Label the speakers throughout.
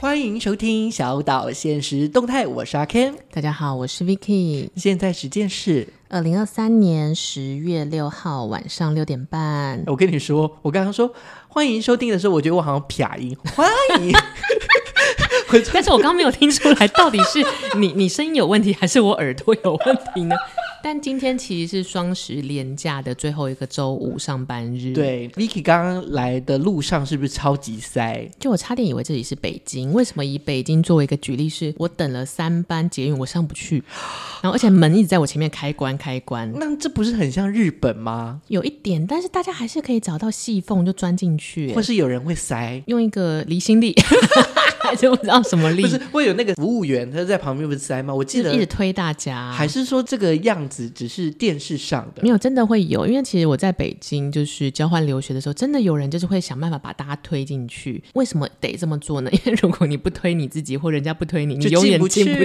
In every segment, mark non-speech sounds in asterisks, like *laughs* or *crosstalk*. Speaker 1: 欢迎收听小岛现实动态，我是阿 Ken，
Speaker 2: 大家好，我是 Vicky。
Speaker 1: 现在时间是
Speaker 2: 二零二三年十月六号晚上六点半，
Speaker 1: 我跟你说，我刚刚说欢迎收听的时候，我觉得我好像啪音，欢
Speaker 2: *laughs*
Speaker 1: 迎，我就
Speaker 2: 但是我刚刚没有听出来，到底是你你声音有问题，还是我耳朵有问题呢？ *laughs* 但今天其实是双十连假的最后一个周五上班日，，
Speaker 1: 对 Vicky 刚刚来的路上是不是超级塞？
Speaker 2: 就我差点以为这里是北京。为什么以北京作为一个举例是，我等了三班捷运，我上不 *gasps* 去，然后而且门一直在我前面开关开关，
Speaker 1: 那这不是很像日本吗？
Speaker 2: 有一点，但是大家还是可以找到细缝就钻进去，
Speaker 1: 或是有人会塞？
Speaker 2: 用一个离心力， *laughs* 还是不知道什么力
Speaker 1: 不，是会有那个服务员，他在旁边不是塞吗？我记
Speaker 2: 就是一直
Speaker 1: 得
Speaker 2: 推大家，
Speaker 1: 还是说这个样子只是电视上的
Speaker 2: 没，有真的会有，因为其实我在北京就是交换留学的时候，真的有人就是会想办法把大家推进去。为什么得这么做呢？因 *laughs* 为如果你不推你自己，或人家不推你，你
Speaker 1: 就
Speaker 2: 永远
Speaker 1: 不
Speaker 2: 进不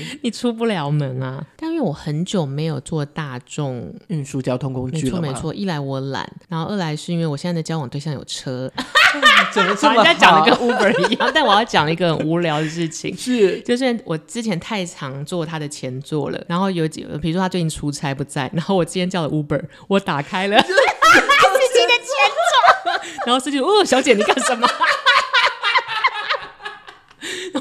Speaker 1: *laughs* 去
Speaker 2: 你出不了门啊。但因为我很久没有做大众。
Speaker 1: 运输嗯交通工
Speaker 2: 没
Speaker 1: 具
Speaker 2: 错
Speaker 1: 了吗
Speaker 2: 没，错，一来我懒，然后二来是因为我现在的交往对象有车，
Speaker 1: *laughs* 怎么这
Speaker 2: 把
Speaker 1: 么
Speaker 2: *laughs* 人家讲的
Speaker 1: 好啊
Speaker 2: 跟 Uber 一样，但我要讲一个很无聊的事情。
Speaker 1: 是
Speaker 2: 就是我之前太常坐他的前座了，然后有几，比如说他最近出差不在，然后我今天叫了 Uber，我打开了司机的前座，然后司机说：“哦，小姐你干什么？” *laughs*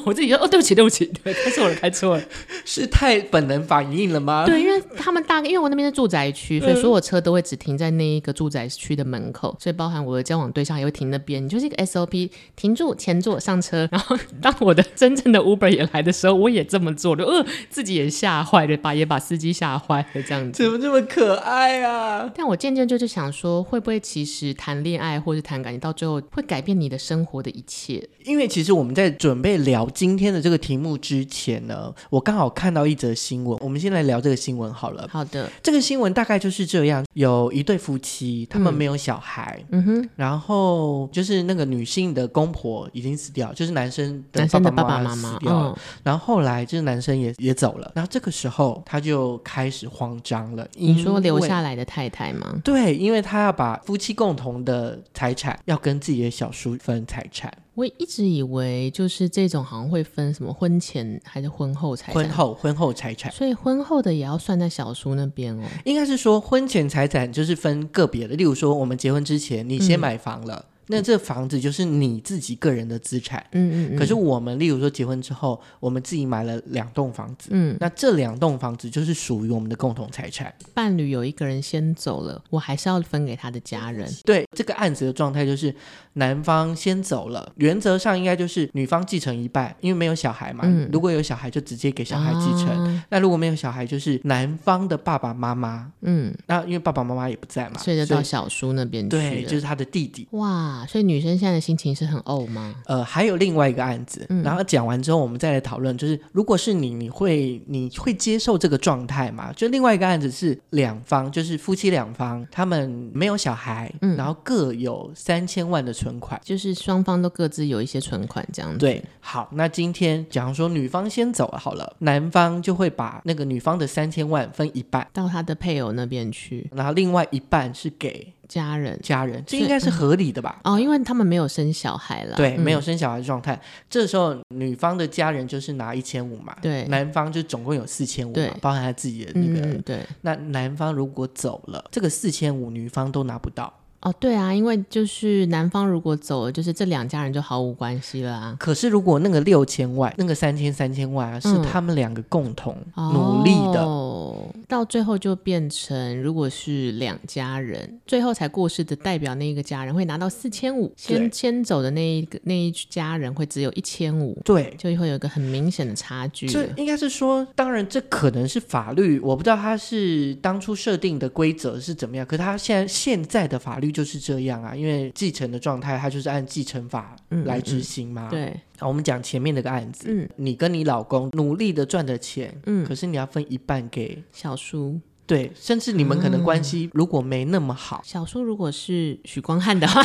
Speaker 2: 我自己说：“哦，对不起，对不起，对，开错了，开错了。
Speaker 1: 是太本能反应了”吗？
Speaker 2: 对，因为他们大概因为我那边是住宅区，
Speaker 1: 嗯
Speaker 2: 所以所有车都会只停在那一个住宅区的门口，所以包含我的交往对象也会停那边，你就是一个 SOP，停住前座上车。 *laughs* 然后当我的真正的 Uber 也来的时候，我也这么做了，呃，自己也吓坏了，把也把司机吓坏了这样子。
Speaker 1: 怎么这么可爱啊？
Speaker 2: 但我渐渐就是想说，会不会其实谈恋爱或是谈感情，到最后会改变你的生活的一切？
Speaker 1: 因为其实我们在准备聊今天的这个题目之前呢，我刚好看到一则新闻，我们先来聊这个新闻好了。
Speaker 2: 好的，
Speaker 1: 这个新闻大概就是这样：有一对夫妻，他们没有小孩，
Speaker 2: 嗯哼，
Speaker 1: 然后就是那个女性的公婆已经死掉，就是男生的
Speaker 2: 男生的爸
Speaker 1: 爸
Speaker 2: 爸妈
Speaker 1: 死
Speaker 2: 妈，
Speaker 1: 掉了。
Speaker 2: 嗯，
Speaker 1: 然后后来就是男生也也走了，然后这个时候他就开始慌张了。
Speaker 2: 你说留
Speaker 1: 因为
Speaker 2: 下来的太太吗？
Speaker 1: 对，因为他要把夫妻共同的财产要跟自己的小叔分财产，
Speaker 2: 我一直以为就是这种好像会分什么婚前还是婚后财产，
Speaker 1: 婚后哎婚后财产。
Speaker 2: 所以婚后的也要算在小叔那边哦。
Speaker 1: 应该是说婚前财产就是分个别的，例如说我们结婚之前你
Speaker 2: 嗯
Speaker 1: 先买房了，那这房子就是你自己个人的资产。
Speaker 2: 嗯嗯嗯。
Speaker 1: 可是我们例如说结婚之后，我们自己买了两栋房子，
Speaker 2: 嗯，
Speaker 1: 那这两栋房子就是属于我们的共同财产。
Speaker 2: 伴侣有一个人先走了，我还是要分给他的家人。
Speaker 1: 对这个案子的状态就是男方先走了，原则上应该就是女方继承一半，因为没有小孩嘛。
Speaker 2: 嗯
Speaker 1: 如果有小孩，就直接给小孩继承。
Speaker 2: 啊
Speaker 1: 那如果没有小孩，就是男方的爸爸妈妈，
Speaker 2: 嗯，
Speaker 1: 那因为爸爸妈妈也不在嘛，
Speaker 2: 所以就到小叔那边去了。
Speaker 1: 啊对，就是他的弟弟。
Speaker 2: 哇，所以女生现在的心情是很怄吗？
Speaker 1: 呃，还有另外一个案子，
Speaker 2: 嗯
Speaker 1: 然后讲完之后，我们再来讨论，就是如果是你，你会你会接受这个状态吗？就另外一个案子是两方，就是夫妻两方，他们没有小孩，
Speaker 2: 嗯
Speaker 1: 然后各有三千万的存款。
Speaker 2: 就是双方都各自有一些存款这样子。
Speaker 1: 对，嗯好，那今天假如说女方先走了好了，男方就会把那个女方的三千万分一半，
Speaker 2: 到他的配偶那边去，
Speaker 1: 然后另外一半是给
Speaker 2: 家人
Speaker 1: 家人，这
Speaker 2: 所以
Speaker 1: 应该是合理的吧？
Speaker 2: 哦，因为他们没有生小孩了。
Speaker 1: 对，
Speaker 2: 嗯
Speaker 1: 没有生小孩的状态，这时候女方的家人就是拿一千五嘛，
Speaker 2: 对
Speaker 1: 男方就总共有四千五
Speaker 2: 对
Speaker 1: 嘛，包含他自己的那
Speaker 2: 嗯
Speaker 1: 个。
Speaker 2: 嗯对。
Speaker 1: 那男方如果走了，这个四千五女方都拿不到。
Speaker 2: 哦，对啊，因为就是男方如果走了，就是这两家人就毫无关系了啊。
Speaker 1: 可是如果那个六千万、那个三千三千万啊，是
Speaker 2: 嗯
Speaker 1: 他们两个共同努力的，
Speaker 2: 哦，到最后就变成，如果是两家人，最后才过世的代表那一个家人会拿到四千五，先先走的那一个那一家人会只有一千五，
Speaker 1: 对。
Speaker 2: 就会有一个很明显的差距
Speaker 1: 这
Speaker 2: 了。
Speaker 1: 应该是说，当然这可能是法律，我不知道他是当初设定的规则是怎么样，可是他现在现在的法律就是这样啊，因为继承的状态，他就是按继承法
Speaker 2: 嗯嗯
Speaker 1: 来执
Speaker 2: 嗯
Speaker 1: 行嘛。
Speaker 2: 对，
Speaker 1: 好，我们讲前面那个案子，
Speaker 2: 嗯
Speaker 1: 你跟你老公努力的赚的钱，
Speaker 2: 嗯，
Speaker 1: 可是你要分一半给
Speaker 2: 小叔，
Speaker 1: 对，甚至你们可能关系如果没那么
Speaker 2: *laughs*
Speaker 1: 好，
Speaker 2: 小叔如果是许光汉的话，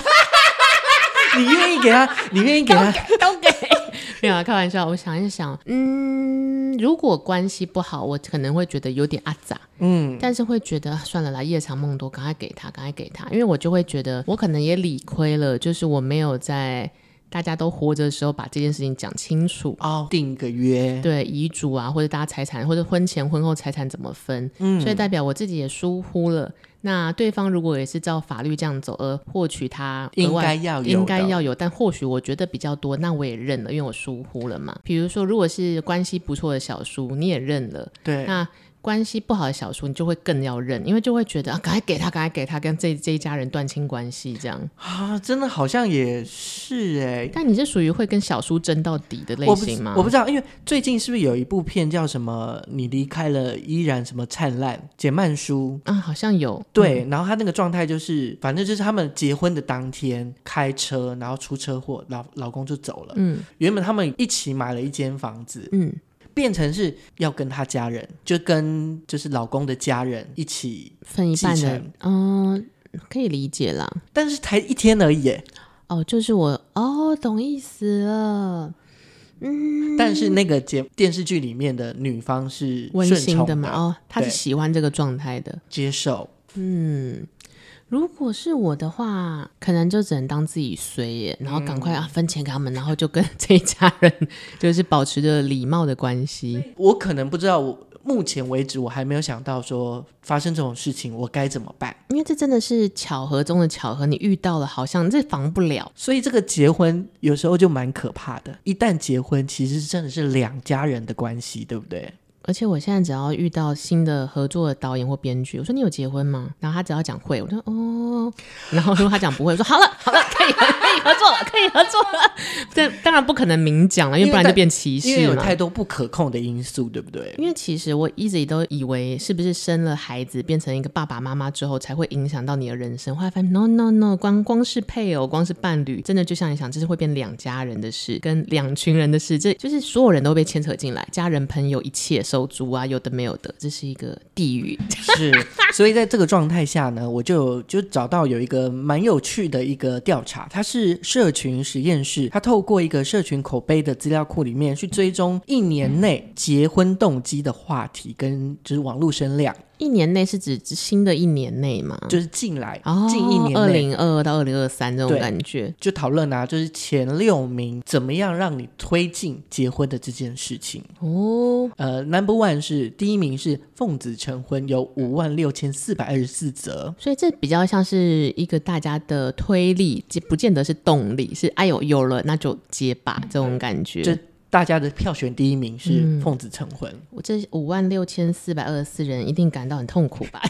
Speaker 1: 你愿意给他，你愿意给他，
Speaker 2: 都给。 *laughs* 没有啊，开玩笑。我想一想，嗯，如果关系不好，我可能会觉得有点阿杂，
Speaker 1: 嗯，
Speaker 2: 但是会觉得啊算了啦，夜长梦多，赶快给他，赶快给他，因为我就会觉得我可能也理亏了，就是我没有在。大家都活着的时候把这件事情讲清楚。
Speaker 1: *laughs* 哦，定个约，
Speaker 2: 对遗嘱啊，或者大家财产，或者婚前婚后财产怎么分，
Speaker 1: 嗯
Speaker 2: 所以代表我自己也疏忽了。那对方如果也是照法律这样走，而获取他额
Speaker 1: 应
Speaker 2: 外
Speaker 1: 该要有的，
Speaker 2: 应该要有，但或许我觉得比较多，那我也认了，因为我疏忽了嘛。比如说，如果是关系不错的小叔，你也认了，
Speaker 1: 对，
Speaker 2: 那关系不好的小叔，你就会更要认，因为就会觉得啊，赶快给他，赶快给他，跟这这一家人断清关系这样。
Speaker 1: 啊，真的好像也是哎、
Speaker 2: 但你是属于会跟小叔争到底的类
Speaker 1: 我不
Speaker 2: 型吗？
Speaker 1: 我不知道，因为最近是不是有一部片叫什么“你离开了依然什么灿烂”简曼书。
Speaker 2: 啊，好像有
Speaker 1: 对，然后他那个状态就是，反正就是他们结婚的当天开车，然后出车祸，老老公就走了。
Speaker 2: 嗯
Speaker 1: 原本他们一起买了一间房子，
Speaker 2: 嗯，
Speaker 1: 变成是要跟他家人，就跟就是老公的家人一起，
Speaker 2: 分一半
Speaker 1: 继
Speaker 2: 的
Speaker 1: 承，
Speaker 2: 嗯、可以理解啦。
Speaker 1: 但是才一天而已耶。
Speaker 2: 哦，就是我哦，懂意思了。
Speaker 1: 但是那个节电视剧里面的女方是
Speaker 2: 温
Speaker 1: 顺
Speaker 2: 馨
Speaker 1: 从
Speaker 2: 的嘛，哦，他是
Speaker 1: 对
Speaker 2: 喜欢这个状态的。
Speaker 1: 接受，
Speaker 2: 嗯，如果是我的话，可能就只能当自己衰耶，
Speaker 1: 嗯
Speaker 2: 然后赶快、啊分钱给他们，然后就跟这一家人就是保持着礼貌的关系。
Speaker 1: 我可能不知道我。目前为止，我还没有想到说发生这种事情，我该怎么办。
Speaker 2: 因为这真的是巧合中的巧合，你遇到了，好像这防不了。
Speaker 1: 所以这个结婚有时候就蛮可怕的。一旦结婚，其实真的是两家人的关系，对不对？
Speaker 2: 而且我现在只要遇到新的合作的导演或编剧，我说你有结婚吗？然后他只要讲会，我说哦，然后如果他讲不会，我说好了好了，可以了可以合作了，可以合作了。这当然不可能明讲了，因为不然就变歧
Speaker 1: 因为
Speaker 2: 视
Speaker 1: 有
Speaker 2: 嘛。
Speaker 1: 太多不可控的因素，对不对？
Speaker 2: 因为其实我一直都以为是不是生了孩子变成一个爸爸妈妈之后才会影响到你的人生，后来发现 no no no，光光是配偶，光是伴侣，真的就像你想，这是会变两家人的事，跟两群人的事，这就是所有人都被牵扯进来，家人、朋友、一切手足啊，有的没有的，这是一个地狱。
Speaker 1: 是，所以在这个状态下呢，我就就找到有一个蛮有趣的一个调查，它是社群实验室，它透过一个社群口碑的资料库里面去追踪一年内结婚动机的话题跟就是网络声量，
Speaker 2: 一年内是指新的一年内嘛？
Speaker 1: 就是近来、
Speaker 2: 哦，
Speaker 1: 近一年
Speaker 2: 二
Speaker 1: 内
Speaker 2: 零二二到二零二三这种
Speaker 1: 对
Speaker 2: 感觉，
Speaker 1: 就讨论啊，就是前六名怎么样让你推进结婚的这件事情。
Speaker 2: 哦，
Speaker 1: 呃，Number One 是第一名是奉子成婚，有五万六千四百二十四则。
Speaker 2: 所以这比较像是一个大家的推力，这不见得是动力，是哎呦有了那就结吧这种感觉。
Speaker 1: 嗯这大家的票选第一名
Speaker 2: 嗯
Speaker 1: 是奉子成婚，
Speaker 2: 我这五万六千四百二十四人一定感到很痛苦
Speaker 1: *laughs*
Speaker 2: 吧？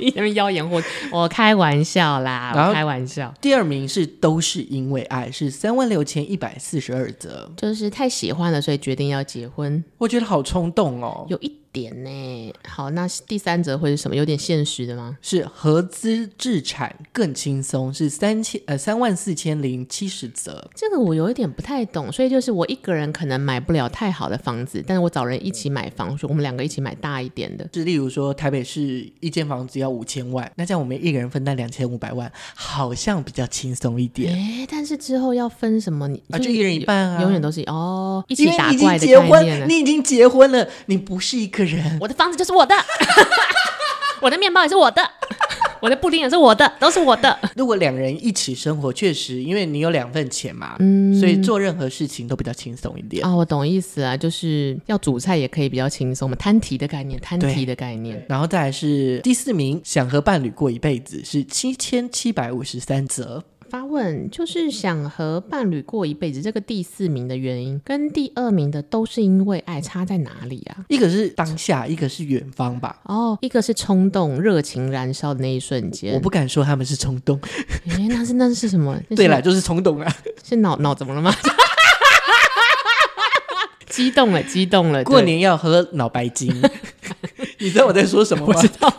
Speaker 2: 你那边妖言惑，我开玩笑啦，
Speaker 1: 然后
Speaker 2: 我开玩笑，
Speaker 1: 第二名是都是因为爱，是三万六千一百四十二则。
Speaker 2: 就是太喜欢了，所以决定要结婚，
Speaker 1: 我觉得好冲动哦，
Speaker 2: 有一点呢。好，那第三则会是什么？有点现实的吗？
Speaker 1: 是合资置产更轻松，是三千呃三万四千零七十则。
Speaker 2: 这个我有一点不太懂，所以就是我一个人可能买不了太好的房子，但是我找人一起买房，我们两个一起买大一点的。
Speaker 1: 是例如说台北市一间房子要五千万，那这样我们一个人分担两千五百万，好像比较轻松一点
Speaker 2: 哎，但是之后要分什么？你
Speaker 1: 啊，
Speaker 2: 是
Speaker 1: 就一人一半啊，
Speaker 2: 永远都是哦，一
Speaker 1: 因
Speaker 2: 起
Speaker 1: 为
Speaker 2: 打
Speaker 1: 你已
Speaker 2: 怪
Speaker 1: 经
Speaker 2: 的
Speaker 1: 结
Speaker 2: 概念呢
Speaker 1: 婚，。你已经结婚了，你不是一个人。 *laughs*
Speaker 2: 我的房子就是我的， *laughs* 我的面包也是我的， *laughs* 我的布丁也是我的，都是我
Speaker 1: *laughs*
Speaker 2: 的。
Speaker 1: 如果两人一起生活，确实因为你有两份钱嘛，
Speaker 2: 嗯
Speaker 1: 所以做任何事情都比较轻松一点。
Speaker 2: 啊，我懂意思啊，就是要煮菜也可以比较轻松嘛，摊题的概念，摊题的概念。
Speaker 1: 然后再来是第四名，想和伴侣过一辈子是七千七百五十三则，
Speaker 2: 发问就是想和伴侣过一辈子，这个第四名的原因跟第二名的都是因为爱，差在哪里啊？
Speaker 1: 一个是当下，一个是远方吧。
Speaker 2: 哦，一个是冲动、热情燃烧的那一瞬
Speaker 1: 我
Speaker 2: 间，
Speaker 1: 不敢说他们是冲动，
Speaker 2: 诶，那是那是什么？那是
Speaker 1: 对啦，就是冲动啊。
Speaker 2: 是脑脑怎么了吗？ *laughs* 激动了，激动了，
Speaker 1: 过
Speaker 2: 对
Speaker 1: 年要喝脑白金， *laughs* 你知道我在说什么吗？
Speaker 2: *laughs*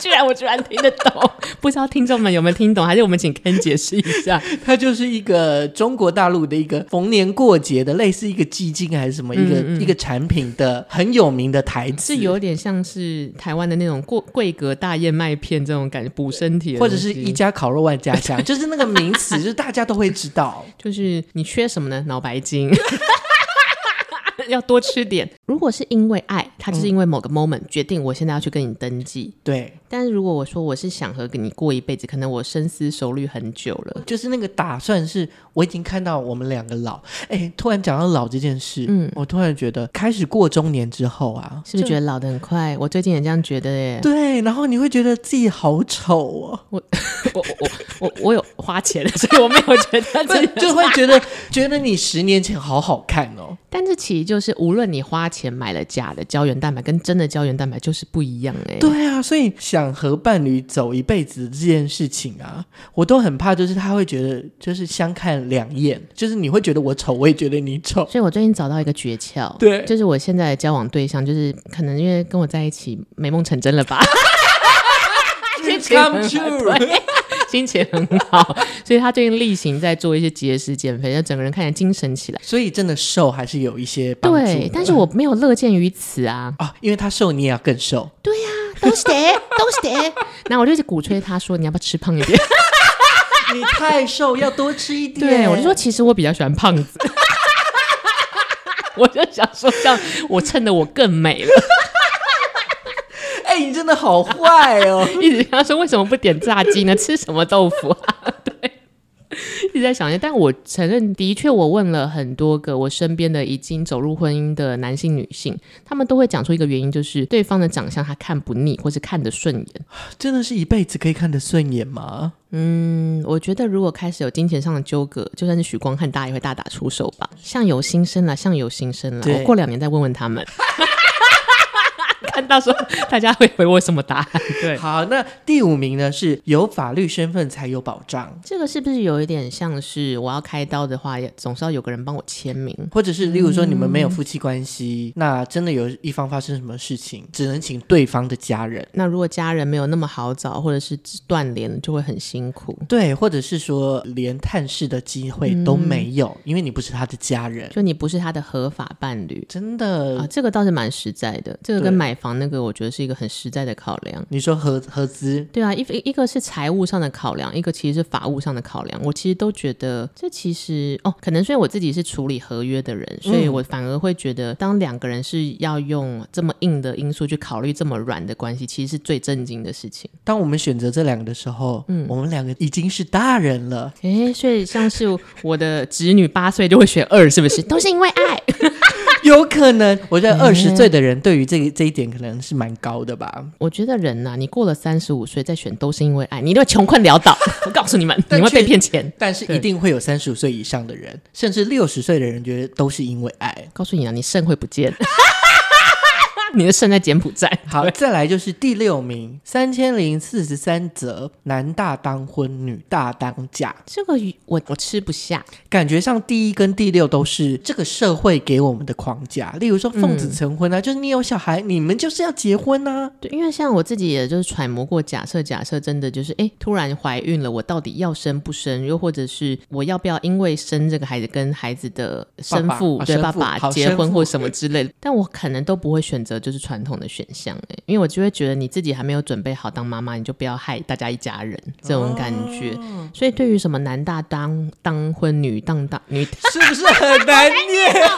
Speaker 2: 居然我居然听得懂， *laughs* 不知道听众们有没有听懂，还是我们请 Ken 解释一下？
Speaker 1: 它就是一个中国大陆的一个逢年过节的，类似一个基金还是什么一个、一个产品的很嗯有名的台词，
Speaker 2: *laughs* 是有点像是台湾的那种过桂格大燕麦片这种感觉，补身体的
Speaker 1: 或
Speaker 2: 东西，
Speaker 1: 者是一家烤肉万家香， *laughs* 就是那个名词，就是大家都会知道。 *laughs*
Speaker 2: *laughs* 就是你缺什么呢？脑白金，要多吃点。嗯如果是因为爱，他就是因为某个 moment 决定我现在要去跟你登记。
Speaker 1: 对，
Speaker 2: 但是如果我说我是想和你过一辈子，可能我深思熟虑很久了。
Speaker 1: 就是那个打算是，我已经看到我们两个老。哎，突然讲到老这件事，
Speaker 2: 嗯
Speaker 1: 我突然觉得开始过中年之后啊，
Speaker 2: 是不是觉
Speaker 1: 得？
Speaker 2: 得老得很快？我最近也这样觉得耶。
Speaker 1: 对，然后你会觉得自己好丑哦，
Speaker 2: 我我我我有花钱， *laughs* 所以我没有觉 *laughs* 得
Speaker 1: 不
Speaker 2: 自
Speaker 1: 是
Speaker 2: 己。
Speaker 1: 就会觉得觉得你十年前好好看哦。
Speaker 2: 但是其实就是，无论你花钱买了假的胶原蛋白，跟真的胶原蛋白就是不一样哎、
Speaker 1: 对啊，所以想和伴侣走一辈子这件事情啊，我都很怕，就是他会觉得就是相看两厌，就是你会觉得我丑，我也觉得你丑。
Speaker 2: 所以我最近找到一个诀窍，
Speaker 1: 对
Speaker 2: 就是我现在的交往对象，就是可能因为跟我在一起美梦成真了吧， *laughs* 心情很
Speaker 1: Come
Speaker 2: 好
Speaker 1: true
Speaker 2: 对心情很好，所以他最近例行在做一些节食减肥，就整个人看起来精神起来。
Speaker 1: 所以真的瘦还是有一些帮助的。
Speaker 2: 对，但是我没有乐见于此啊，
Speaker 1: 啊，因为他瘦，你也要更瘦。
Speaker 2: 都是的，都是 *laughs* 的。那我就一直鼓吹他说，你要不要吃胖一点？ *laughs*
Speaker 1: 你太瘦，要多吃一点。
Speaker 2: 啊对，我就说，其实我比较喜欢胖子。 *laughs* 我就想说，这样我衬得我更美了。
Speaker 1: 哎、你真的好坏哦。
Speaker 2: 一直跟他说为什么不点炸鸡呢？吃什么豆腐啊？ *laughs* 对，一直在想。但我承认，的确，我问了很多个我身边的已经走入婚姻的男性、女性，他们都会讲出一个原因，就是对方的长相他看不腻，或是看得顺眼。
Speaker 1: 真的是一辈子可以看得顺眼吗？
Speaker 2: 嗯，我觉得如果开始有金钱上的纠葛，就算是许光汉，大家也会大打出手吧。相由心生啦，相由心生啦。
Speaker 1: 对
Speaker 2: 我过两年再问问他们， *laughs* 看到时候大家会回我什么答案？对，
Speaker 1: 好，那第五名呢是有法律身份才有保障，
Speaker 2: 这个是不是有一点像是我要开刀的话，也总是要有个人帮我签名？
Speaker 1: 或者是例如说你们没有夫妻关系，那真的有一方发生什么事情，只能请对方的家人。
Speaker 2: 那如果家人没有那么好找，或者是断联了，就会很辛苦。
Speaker 1: 对，或者是说连探视的机会都没有，因为你不是他的家人，
Speaker 2: 就你不是他的合法伴侣
Speaker 1: 真
Speaker 2: 啊、
Speaker 1: 的。
Speaker 2: 这个倒是蛮实在的。这个跟
Speaker 1: 对
Speaker 2: 买房那个，我觉得是一个很实在的考量。
Speaker 1: 你说合合资
Speaker 2: 对啊，一一个是财务上的考量，一个其实是法务上的考量。我其实都觉得，这其实哦，可能所以我自己是处理合约的人，所以我反而会觉得，当两个人是要用这么硬的因素去考虑这么软的关系，其实是最震惊的事情。
Speaker 1: 当我们选择这两个的时候，我们两个已经是大人了。
Speaker 2: 诶，所以像是我的侄女八岁就会选二，是不是？都是因为爱。
Speaker 1: 有可能，我觉得二十岁的人对于这一这一点可能是蛮高的吧。
Speaker 2: 我觉得人呐、你过了三十五岁再选，都是因为爱，你都会穷困潦倒。 *laughs* 我告诉你们，
Speaker 1: 但
Speaker 2: 你会被
Speaker 1: 确
Speaker 2: 骗钱。
Speaker 1: 但是一定会有三十五岁以上的人，甚至六十岁的人，觉得都是因为爱。
Speaker 2: 告诉你啊，你肾会不见， *laughs* 你的肾在柬埔寨。
Speaker 1: 好，再来就是第六名，三千零四十三则，男大当婚，女大当嫁。
Speaker 2: 这个鱼我我吃不下，
Speaker 1: 感觉上第一跟第六都是这个社会给我们的框架，例如说奉子成婚啊，就是你有小孩，你们就是要结婚啊。
Speaker 2: 对，因为像我自己也就是揣摩过，假设假设真的就是，哎，突然怀孕了，我到底要生不生？又或者是我要不要因为生这个孩子跟孩子的生父
Speaker 1: 爸爸啊
Speaker 2: 对
Speaker 1: 生
Speaker 2: 爸
Speaker 1: 父
Speaker 2: 爸
Speaker 1: 好
Speaker 2: 结
Speaker 1: 生
Speaker 2: 婚
Speaker 1: 父
Speaker 2: 或什么之类的？但我可能都不会选择就是传统的选项，哎，因为我就会觉得你自己还没有准备好当妈妈，你就不要害大家一家人这种感觉。
Speaker 1: 哦
Speaker 2: 所以对于什么男大当当婚，女当当女 *laughs*
Speaker 1: 是不是很难念？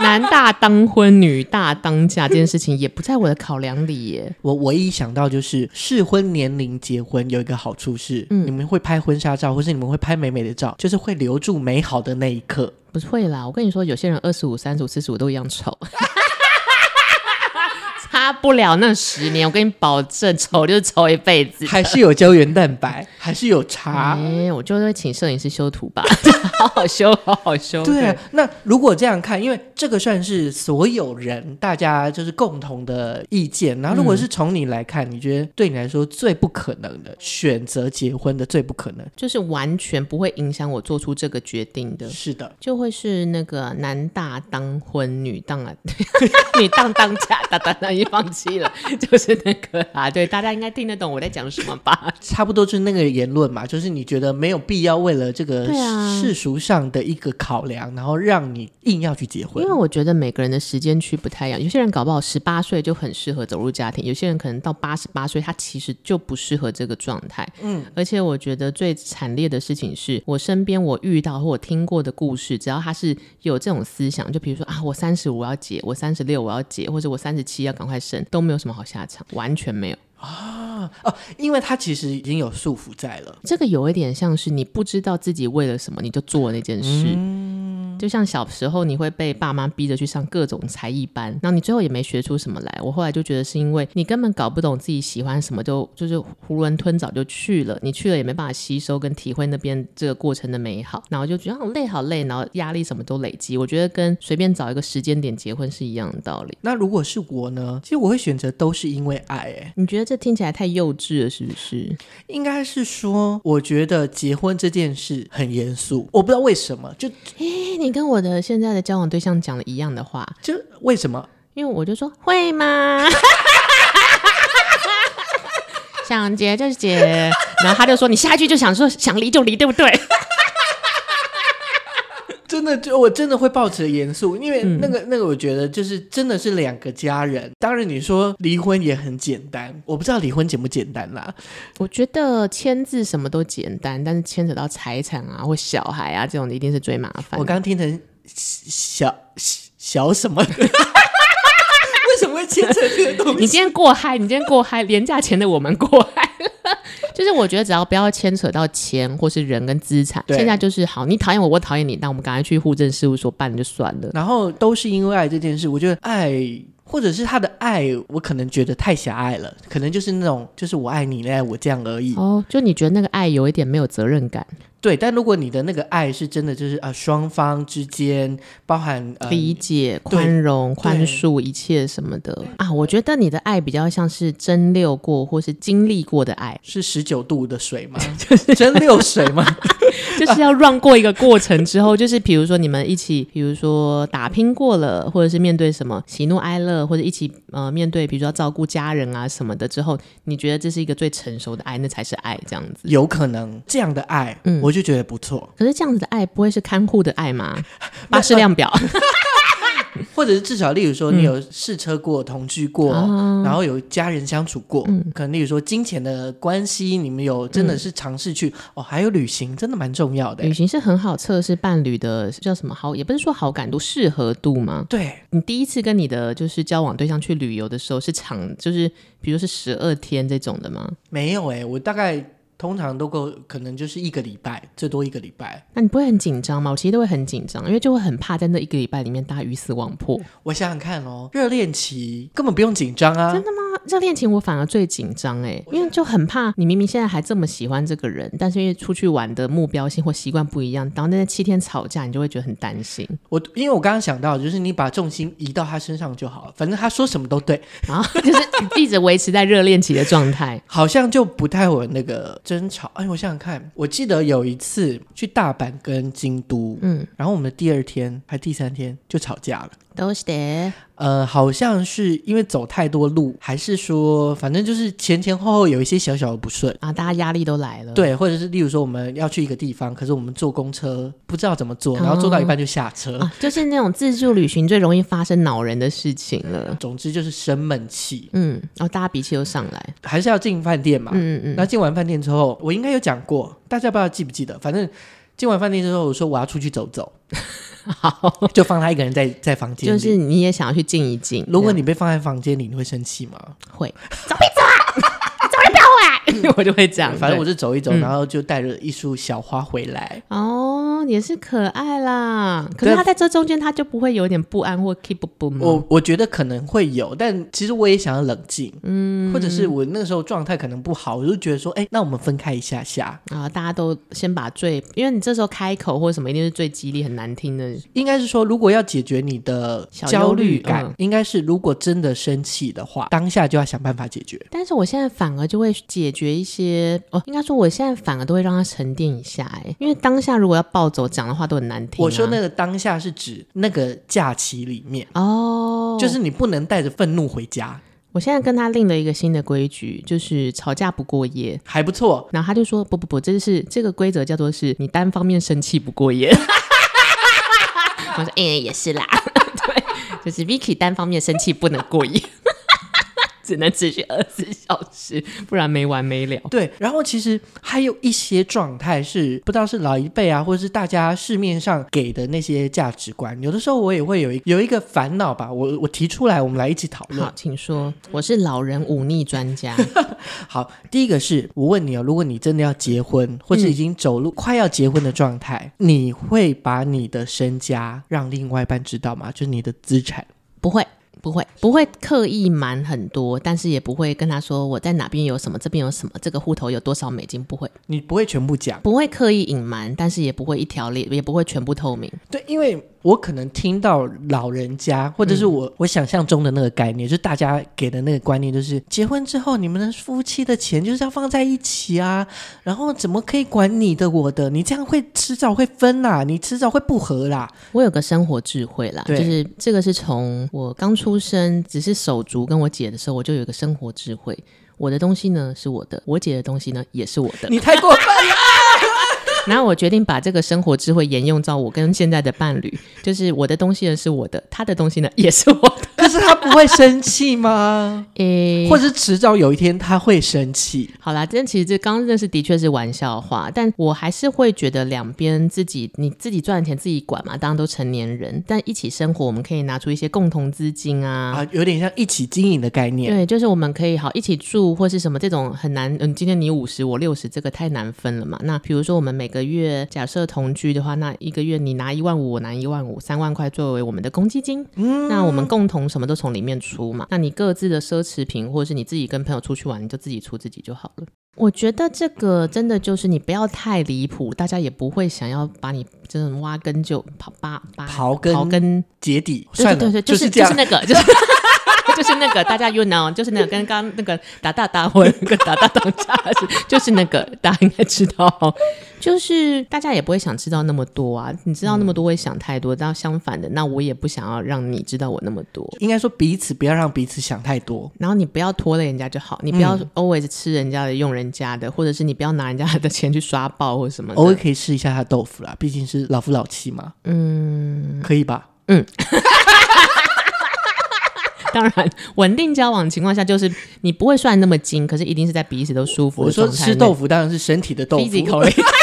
Speaker 2: 男大当婚，女大当嫁这件事情也不在我的考量里耶。
Speaker 1: *laughs* 我唯一想到就是适婚年龄结婚有一个好处是，你们会拍婚纱照，或是你们会拍美美的照，就是会留住美好的那一刻。
Speaker 2: 不是会啦，我跟你说，有些人二十五、三十五、四十五都一样丑， *laughs* 差不了那十年。我跟你保证，丑就是丑一辈子。
Speaker 1: 还是有胶原蛋白，还是有茶。
Speaker 2: 哎、我就会请摄影师修图吧， *laughs* 好好修，好好修。
Speaker 1: 对，啊那如果这样看，因为这个算是所有人大家就是共同的意见。然后，如果是从你来看，你觉得对你来说最不可能的选择结婚的最不可能，
Speaker 2: 就是完全不会影响我做出这个决定的。
Speaker 1: 是的，
Speaker 2: 就会 *laughs* 是那个男大当婚，女当啊，女当当嫁，当当当一方放弃了，就是那个啊，对，大家应该听得懂我在讲什么吧？
Speaker 1: 差不多就是那个言论嘛，就是你觉得没有必要为了这个
Speaker 2: 对啊
Speaker 1: 世俗上的一个考量，然后让你硬要去结婚
Speaker 2: 因为。我觉得每个人的时间区不太一样，有些人搞不好十八岁就很适合走入家庭，有些人可能到八十八岁，他其实就不适合这个状态。嗯，而且我觉得最惨烈的事情是我身边我遇到或我听过的故事，只要他是有这种思想，就比如说啊，我三十我要结，我三十六我要结，或者我三十七要赶快生，都没有什么好下场，完全没有。
Speaker 1: 哦，因为他其实已经有束缚在了。
Speaker 2: 这个有一点像是你不知道自己为了什么你就做那件事。就像小时候，你会被爸妈逼着去上各种才艺班，然后你最后也没学出什么来。我后来就觉得是因为你根本搞不懂自己喜欢什么就，就是囫囵吞枣就去了，你去了也没办法吸收跟体会那边这个过程的美好，然后就觉得好累好累，然后压力什么都累积。我觉得跟随便找一个时间点结婚是一样的道理。
Speaker 1: 那如果是我呢？其实我会选择都是因为爱、欸，
Speaker 2: 你觉得这听起来太幼稚了，是不是？
Speaker 1: 应该是说，我觉得结婚这件事很严肃，我不知道为什么，就
Speaker 2: 诶 *laughs* 你跟我的现在的交往对象讲了一样的话，
Speaker 1: 就为什么？
Speaker 2: 因为我就说会 *laughs* 吗？想结就结， *laughs* 然后他就说你下一句就想说想离就离，对不对？
Speaker 1: 真的就我真的会抱持严肃，因为那个、那个，我觉得就是真的是两个家人。当然你说离婚也很简单，我不知道离婚简不简单啦。
Speaker 2: 我觉得签字什么都简单，但是牵扯到财产啊或小孩啊这种的，一定是最麻烦
Speaker 1: 我。刚听成小小小什么？ *laughs* 为什么会牵扯这个
Speaker 2: *laughs*
Speaker 1: 东
Speaker 2: 你
Speaker 1: 西？
Speaker 2: 今天过嗨，你今天过嗨，廉价钱的我们过嗨了。就是我觉得只要不要牵扯到钱或是人跟资产，
Speaker 1: 对
Speaker 2: 现在就是好，你讨厌我，我讨厌你，那我们赶快去户政事务所办就算了。
Speaker 1: 然后都是因为爱这件事，我觉得爱。或者是他的爱，我可能觉得太狭隘了，可能就是那种，就是我爱你，你爱我这样而已。
Speaker 2: 哦，就你觉得那个爱有一点没有责任感，
Speaker 1: 对，但如果你的那个爱是真的，就是啊，双方之间包含呃，
Speaker 2: 理解、
Speaker 1: 对
Speaker 2: 宽容、
Speaker 1: 对
Speaker 2: 宽恕一切什么的啊，我觉得你的爱比较像是蒸馏过或是经历过的
Speaker 1: *laughs*
Speaker 2: 爱，
Speaker 1: 是十九度的水
Speaker 2: *laughs*
Speaker 1: 吗？蒸馏水吗？ *laughs*
Speaker 2: 就是要 run 过一个过程之后，就是比如说你们一起，比如说打拼过了，或者是面对什么喜怒哀乐，或者一起呃面对，比如说要照顾家人啊什么的之后，你觉得这是一个最成熟的爱，那才是爱这样子。
Speaker 1: 有可能这样的爱，
Speaker 2: 嗯
Speaker 1: 我就觉得不错，
Speaker 2: 可是这样子的爱不会是看护的爱吗？巴士量表嗯
Speaker 1: 或者是至少，例如说你有试车过、同居过，
Speaker 2: 啊嗯
Speaker 1: 然后有家人相处过，可能例如说金钱的关系，你们有真的是尝试去、哦，还有旅行，真的蛮重要的
Speaker 2: 旅
Speaker 1: 欸。
Speaker 2: 行是很好测试伴侣的叫什么好，也不是说好感度，适合度吗？
Speaker 1: 对，
Speaker 2: 你第一次跟你的就是交往对象去旅游的时候是长，就是比如是十二天这种的吗？
Speaker 1: 没有哎、我大概通常都够，可能就是一个礼拜，最多一个礼拜。
Speaker 2: 那你不会很紧张吗？我其实都会很紧张，因为就会很怕在那一个礼拜里面大家鱼死网破。
Speaker 1: 我想想看哦，热恋期根本不用紧张啊，
Speaker 2: 真的吗？热恋情我反而最紧张哎、因为就很怕你明明现在还这么喜欢这个人，但是因为出去玩的目标性或习惯不一样，然后那七天吵架，你就会觉得很担心。
Speaker 1: 我因为我刚刚想到，就是你把重心移到他身上就好了，反正他说什么都对，
Speaker 2: 然后就是一直维持在热恋期的状态。
Speaker 1: 好像就不太会有那个争吵。哎，我想想看，我记得有一次去大阪跟京都，
Speaker 2: 嗯，
Speaker 1: 然后我们的第二天还第三天就吵架了。
Speaker 2: 都是的。
Speaker 1: 呃，好像是因为走太多路，还是说反正就是前前后后有一些小小的不顺。
Speaker 2: 啊，大家压力都来了。
Speaker 1: 对，或者是例如说我们要去一个地方，可是我们坐公车不知道怎么坐，然后
Speaker 2: 哦
Speaker 1: 坐到一半就下车，
Speaker 2: 啊，就是那种自助旅行最容易发生恼人的事情了。
Speaker 1: 总之就是生闷气，
Speaker 2: 嗯，哦，大家脾气又上来。
Speaker 1: 还是要进饭店嘛。
Speaker 2: 嗯嗯嗯，
Speaker 1: 那进完饭店之后，我应该有讲过，大家不知道记不记得，反正进完饭店之后，我说我要出去走
Speaker 2: *laughs*
Speaker 1: 走，
Speaker 2: 好，
Speaker 1: 就放他一个人在在房间
Speaker 2: 就
Speaker 1: 里。
Speaker 2: 是你也想要去静一静。
Speaker 1: 如果
Speaker 2: 这样
Speaker 1: 你被放在房间里，你会生气吗？
Speaker 2: 会，走一走啊，你走也不要回来，我就会这样。
Speaker 1: 反正我
Speaker 2: 对
Speaker 1: 就走一走，
Speaker 2: 嗯
Speaker 1: 然后就带着一束小花回来。
Speaker 2: 哦，也是可爱啦。可是
Speaker 1: 对
Speaker 2: 他在这中间，他就不会有点不安或 keep 不啊吗？
Speaker 1: 我我觉得可能会有，但其实我也想要冷静，嗯，或者是我那个时候状态可能不好，我就觉得说，哎、那我们分开一下下，
Speaker 2: 啊，大家都先把最，因为你这时候开口或什么，一定是最激烈、很难听的。
Speaker 1: 应该是说，如果要解决你的
Speaker 2: 小
Speaker 1: 焦
Speaker 2: 忧
Speaker 1: 虑
Speaker 2: 虑
Speaker 1: 感，
Speaker 2: 嗯
Speaker 1: 应该是如果真的生气的话，当下就要想办法解决。
Speaker 2: 但是我现在反而就会解决一些，哦，应该说我现在反而都会让他沉淀一下，哎，因为当下如果要暴走讲的话都很难听、啊。
Speaker 1: 我说那个当下是指那个假期里面，
Speaker 2: 哦，
Speaker 1: 就是你不能带着愤怒回家。
Speaker 2: 我现在跟他定了一个新的规矩，就是吵架不过夜。
Speaker 1: 还不错。
Speaker 2: 然后他就说：“不不不，这是这个规则叫做是你单方面生气不过夜。” *laughs* 我说：“哎、也是啦， *laughs* 对，就是 Vicky 单方面生气不能过夜， *laughs* 只能持续二十四小时，不然没完没了。”
Speaker 1: 对，然后其实还有一些状态是不知道是老一辈啊，或者是大家市面上给的那些价值观，有的时候我也会有一有一个烦恼吧，我我提出来，我们来一起讨论
Speaker 2: 好。，请说。我是老人忤逆专家。 *laughs*
Speaker 1: 好，第一个是我问你哦，如果你真的要结婚，或是已经走入快要结婚的状态，你会把你的身家让另外一半知道吗？就是你的资产。
Speaker 2: 不会，不会，不会刻意瞒很多，但是也不会跟他说我在哪边有什么，这边有什么，这个户头有多少美金，不会，
Speaker 1: 你不会全部讲，
Speaker 2: 不会刻意隐瞒，但是也不会一条列，也不会全部透明。
Speaker 1: 对，因为我可能听到老人家，或者是我、我想象中的那个概念，就是大家给的那个观念，就是结婚之后你们的夫妻的钱就是要放在一起啊，然后怎么可以管你的我的？你这样会迟早会分啦、你迟早会不和啦。
Speaker 2: 我有个生活智慧啦，就
Speaker 1: 对
Speaker 2: 是这个是从我刚出生，只是手足跟我姐的时候，我就有一个生活智慧。我的东西呢是我的，我姐的东西呢也是我的。 *laughs*
Speaker 1: 你太过分了。 *laughs*
Speaker 2: 然后我决定把这个生活智慧沿用到我跟现在的伴侣，就是我的东西呢是我的，他的东西呢也是我的。
Speaker 1: 可是他不会生气吗？
Speaker 2: 诶、
Speaker 1: 或者是迟早有一天他会生气？
Speaker 2: 好啦，这其实这刚认识的确是玩笑话，但我还是会觉得两边自己你自己赚的钱自己管嘛，当然都成年人，但一起生活，我们可以拿出一些共同资金啊。
Speaker 1: 啊，有点像一起经营的概念。
Speaker 2: 对，就是我们可以好一起住或是什么这种很难，嗯，今天你五十我六十，这个太难分了嘛。那比如说我们每个月假设同居的话，那一个月你拿一万五，我拿一万五，三万块作为我们的公积金，那我们共同什么都从里面出嘛。那你各自的奢侈品或者是你自己跟朋友出去玩，你就自己出自己就好了。我觉得这个真的就是你不要太离谱，大家也不会想要把你这种挖根就刨扒扒
Speaker 1: 刨根
Speaker 2: 刨根
Speaker 1: 结底
Speaker 2: 对
Speaker 1: 算
Speaker 2: 对
Speaker 1: 了，
Speaker 2: 对，对就是
Speaker 1: 是这样。*laughs*
Speaker 2: 那个，就是 *laughs* 就是那个，大家 you know，就是那个跟刚刚那个打大打混跟打大打架是， *laughs* 就是那个，大家应该知道，就是大家也不会想知道那么多啊，你知道那么多会想太多，但相反的，那我也不想要让你知道我那么多。
Speaker 1: 应该说彼此不要让彼此想太多。
Speaker 2: 然后你不要拖累人家就好，你不要
Speaker 1: 嗯
Speaker 2: always 吃人家的、用人家的，或者是你不要拿人家的钱去刷爆或什么的。
Speaker 1: 偶尔可以试一下他的豆腐啦，毕竟是老夫老妻嘛。嗯，可以吧？
Speaker 2: 当然，稳定交往的情况下，就是你不会算那么精，可是一定是在彼此都舒服
Speaker 1: 我
Speaker 2: 的状
Speaker 1: 说
Speaker 2: 态内。
Speaker 1: 吃豆腐当然是身体的豆
Speaker 2: p h y s i c a
Speaker 1: 腐。
Speaker 2: l *laughs*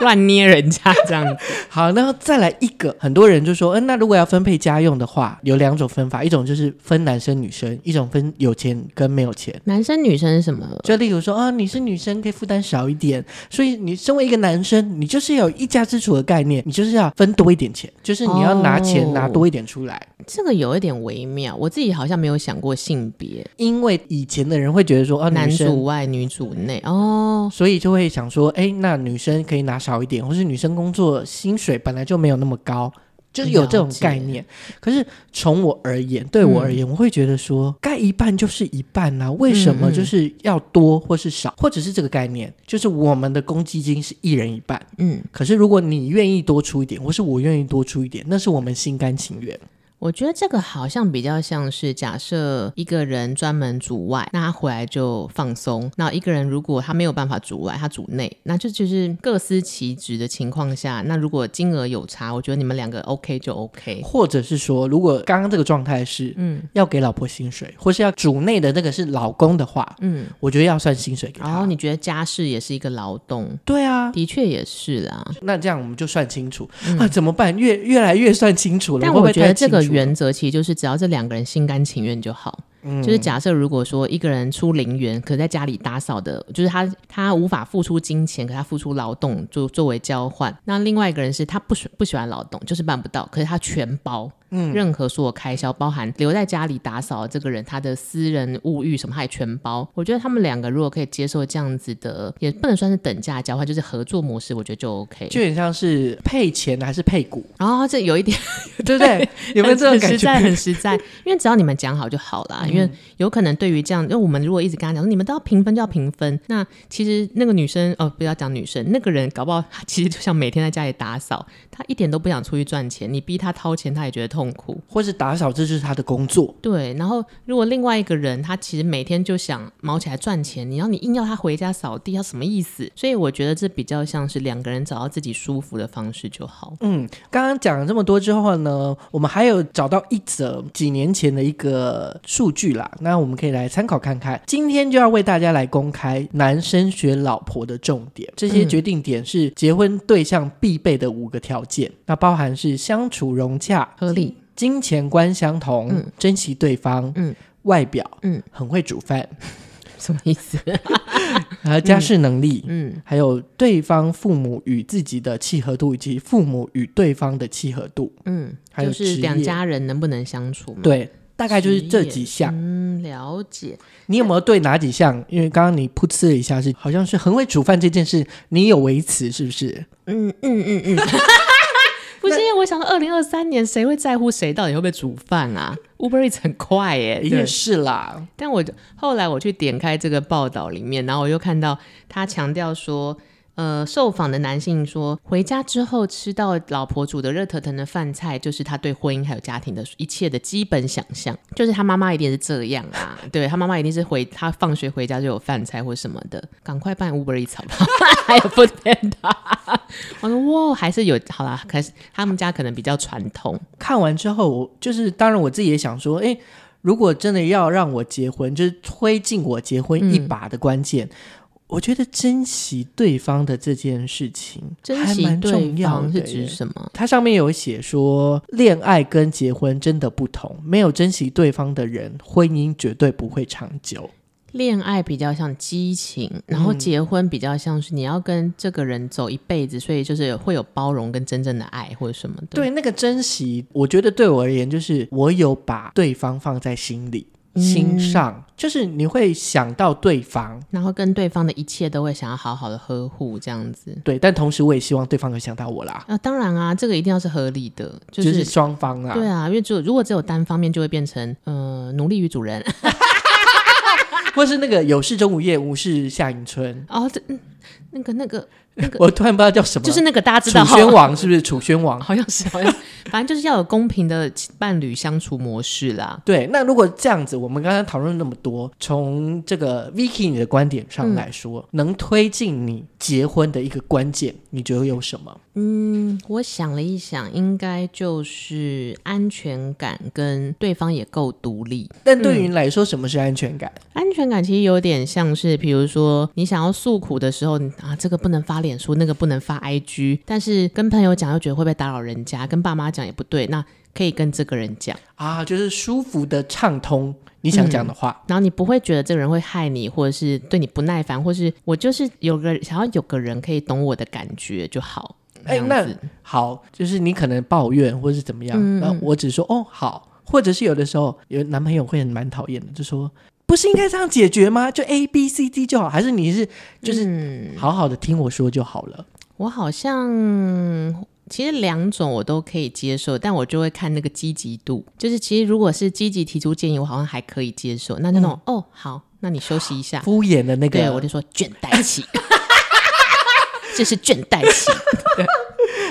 Speaker 2: 乱捏人家这样子。
Speaker 1: *laughs* 好，然后再来一个，很多人就说，嗯、那如果要分配家用的话，有两种分法，一种就是分男生女生，一种分有钱跟没有钱。
Speaker 2: 男生女生是什么？
Speaker 1: 就例如说啊，你是女生，可以负担少一点，所以你身为一个男生，你就是有一家之主的概念，你就是要分多一点钱，就是你要拿钱
Speaker 2: 哦
Speaker 1: 拿多一点出来。
Speaker 2: 这个有一点微妙，我自己好像没有想过性别，
Speaker 1: 因为以前的人会觉得说，啊，
Speaker 2: 男
Speaker 1: 女生
Speaker 2: 主外女主内哦。
Speaker 1: 所以就会想说，哎，那女生可以拿少一点，或是女生工作薪水本来就没有那么高，就是有这种概念。可是从我而言，对我而
Speaker 2: 嗯
Speaker 1: 言，我会觉得说，该一半就是一半啊，为什
Speaker 2: 嗯
Speaker 1: 么就是要多或是少，或者是这个概念，就是我们的公积金是一人一半。
Speaker 2: 嗯，
Speaker 1: 可是如果你愿意多出一点，或是我愿意多出一点，那是我们心甘情愿。
Speaker 2: 我觉得这个好像比较像是假设一个人专门主外，那他回来就放松；那一个人如果他没有办法主外，他主内，那就就是各司其职的情况下，那如果金额有差，我觉得你们两个 OK 就 OK。
Speaker 1: 或者是说，如果刚刚这个状态是，嗯，要给老婆薪水，或是要主内的那个是老公的话，
Speaker 2: 嗯，
Speaker 1: 我觉得要算薪水给他。
Speaker 2: 然后哦你觉得家事也是一个劳动，
Speaker 1: 对啊，
Speaker 2: 的确也是啦。
Speaker 1: 那这样我们就算清楚、啊？怎么办？越越来越算清楚了。
Speaker 2: 嗯但
Speaker 1: 会不
Speaker 2: 我
Speaker 1: 会
Speaker 2: 觉得
Speaker 1: 太
Speaker 2: 这
Speaker 1: 清
Speaker 2: 个
Speaker 1: 楚
Speaker 2: 原则其实就是，只要这两个人心甘情愿就好。
Speaker 1: 嗯
Speaker 2: 就是假设如果说一个人出零元，可在家里打扫的，就是他他无法付出金钱，可他付出劳动作作为交换。那另外一个人是他不喜不喜欢劳动，就是办不到，可是他全包，嗯，任何所有开销，包含留在家里打扫的这个人他的私人物欲什么，他也全包。我觉得他们两个如果可以接受这样子的，也不能算是等价交换，就是合作模式，我觉得就 OK。
Speaker 1: 就有点像是配钱还是配
Speaker 2: *laughs*
Speaker 1: 股，
Speaker 2: 然后这有一点。
Speaker 1: 对不对？有没有这种感
Speaker 2: 很实在，
Speaker 1: 觉？嗯
Speaker 2: 很实在，因为只要你们讲好就好啦。因为有可能对于这样，因为我们如果一直跟他讲说你们都要平分，就要平分，那其实那个女生哦，不要讲女生，那个人搞不好她其实就像每天在家里打扫，她一点都不想出去赚钱，你逼她掏钱，她也觉得痛痛苦。
Speaker 1: 或是打扫这就是他的工作，
Speaker 2: 对，然后如果另外一个人他其实每天就想毛起来赚钱，你要你硬要他回家扫地，要什么意思？所以我觉得这比较像是两个人找到自己舒服的方式就好。
Speaker 1: 嗯，刚刚讲了这么多之后呢，我们还有找到一则几年前的一个数据啦，那我们可以来参考看看。今天就要为大家来公开男生选老婆的重点，这些决定点是结婚对象必备的五个条件，嗯那包含是相处融洽、
Speaker 2: 合理、
Speaker 1: 金钱观相同、
Speaker 2: 嗯
Speaker 1: 珍惜对方、
Speaker 2: 嗯
Speaker 1: 外表、
Speaker 2: 嗯
Speaker 1: 很会煮饭，
Speaker 2: *laughs* 什么意思？ *laughs*
Speaker 1: 还有家事能力。
Speaker 2: 嗯
Speaker 1: 还有对方父母与自己的契合度，以及父母与对方的契合度。
Speaker 2: 嗯，
Speaker 1: 还有
Speaker 2: 就
Speaker 1: 职
Speaker 2: 是
Speaker 1: 业
Speaker 2: 两家人能不能相处嘛？，
Speaker 1: 对，啊大概就是这几项。
Speaker 2: 嗯，了解。
Speaker 1: 你有没有对哪几项？因为刚刚你噗呲了一下是，好像是很会煮饭这件事，你有维持是不是？
Speaker 2: 嗯嗯嗯嗯。不是因为我想，二零二三年谁会在乎谁到底会不会煮饭啊？Uber Eats 很快耶、对
Speaker 1: 也是啦，
Speaker 2: 但我就后来我去点开这个报道里面，然后我又看到他强调说，呃，受访的男性说，回家之后吃到老婆煮的热腾腾的饭菜，就是他对婚姻还有家庭的一切的基本想象，就是他妈妈一定是这样啊， *laughs* 对他妈妈一定是回他放学回家就有饭菜或什么的，赶快办 Uber Eats 好不好？还有 Food Panda，我说哇，还是有好啦，可是他们家可能比较传统，
Speaker 1: 看完之后，我就是当然我自己也想说，哎、如果真的要让我结婚，就是推进我结婚
Speaker 2: 嗯
Speaker 1: 一把的关键。我觉得珍惜对方的这件事情
Speaker 2: 珍
Speaker 1: 还
Speaker 2: 惜
Speaker 1: 蛮
Speaker 2: 对
Speaker 1: 重要
Speaker 2: 方
Speaker 1: 的
Speaker 2: 是
Speaker 1: 耶
Speaker 2: 指什么？
Speaker 1: 它上面有写说，恋爱跟结婚真的不同，没有珍惜对方的人，婚姻绝对不会长久。
Speaker 2: 恋爱比较像激情，然后结婚比较像是你要跟这个人走一辈子，所以就是会有包容跟真正的爱或者什么的。，
Speaker 1: 对，那个珍惜，我觉得对我而言，就是我有把对方放在心里、
Speaker 2: 嗯
Speaker 1: 心上，就是你会想到对方，
Speaker 2: 然后跟对方的一切都会想要好好的呵护这样子。
Speaker 1: 对，但同时我也希望对方有想到我啦，
Speaker 2: 啊，当然啊，这个一定要是合理的，就、
Speaker 1: 就是是双方啦。
Speaker 2: 对啊，因为只有如果只有单方面，就会变成呃奴隶与主人。 *laughs*
Speaker 1: 或是那个有事钟无艳，无事夏迎春，
Speaker 2: 哦，这嗯那个那个那个，
Speaker 1: 我突然不知道叫什么，
Speaker 2: 就是那个大家知
Speaker 1: 楚
Speaker 2: 道，
Speaker 1: 宣王是不是？楚宣王，
Speaker 2: *laughs* 好像是好像是，反正就是要有公平的伴侣相处模式啦。
Speaker 1: 对，那如果这样子，我们刚刚讨论那么多，从这个 Vicky 你的观点上
Speaker 2: 嗯
Speaker 1: 来说，能推进你结婚的一个关键，你觉得有什么？
Speaker 2: 嗯，我想了一想，应该就是安全感跟对方也够独立。
Speaker 1: 但对于你来说，什么是安全感？
Speaker 2: 安全感其实有点像是，比如说你想要诉苦的时候，你啊，这个不能发脸书，那个不能发 IG，但是跟朋友讲又觉得会不会打扰人家，跟爸妈讲也不对，那可以跟这个人讲，
Speaker 1: 啊，就是舒服的畅通你想讲的话。
Speaker 2: 然后你不会觉得这个人会害你，或者是对你不耐烦，或是我就是有个想要有个人可以懂我的感觉就好。
Speaker 1: 哎
Speaker 2: 这嗯样
Speaker 1: 那
Speaker 2: 子嗯
Speaker 1: 好，就是你可能抱怨或是怎么样，那、我只说哦好，或者是有的时候有男朋友会很蛮讨厌的，就说不是应该这样解决吗？就 A B C D 就好，还是你是就是
Speaker 2: 嗯
Speaker 1: 好好的听我说就好了。
Speaker 2: 我好像其实两种我都可以接受，但我就会看那个积极度。就是其实如果是积极提出建议，我好像还可以接受。那那种、哦好，那你休息一下，
Speaker 1: 敷衍嗯的那个，
Speaker 2: 对我就说倦怠
Speaker 1: *laughs*
Speaker 2: 期，这是倦怠期。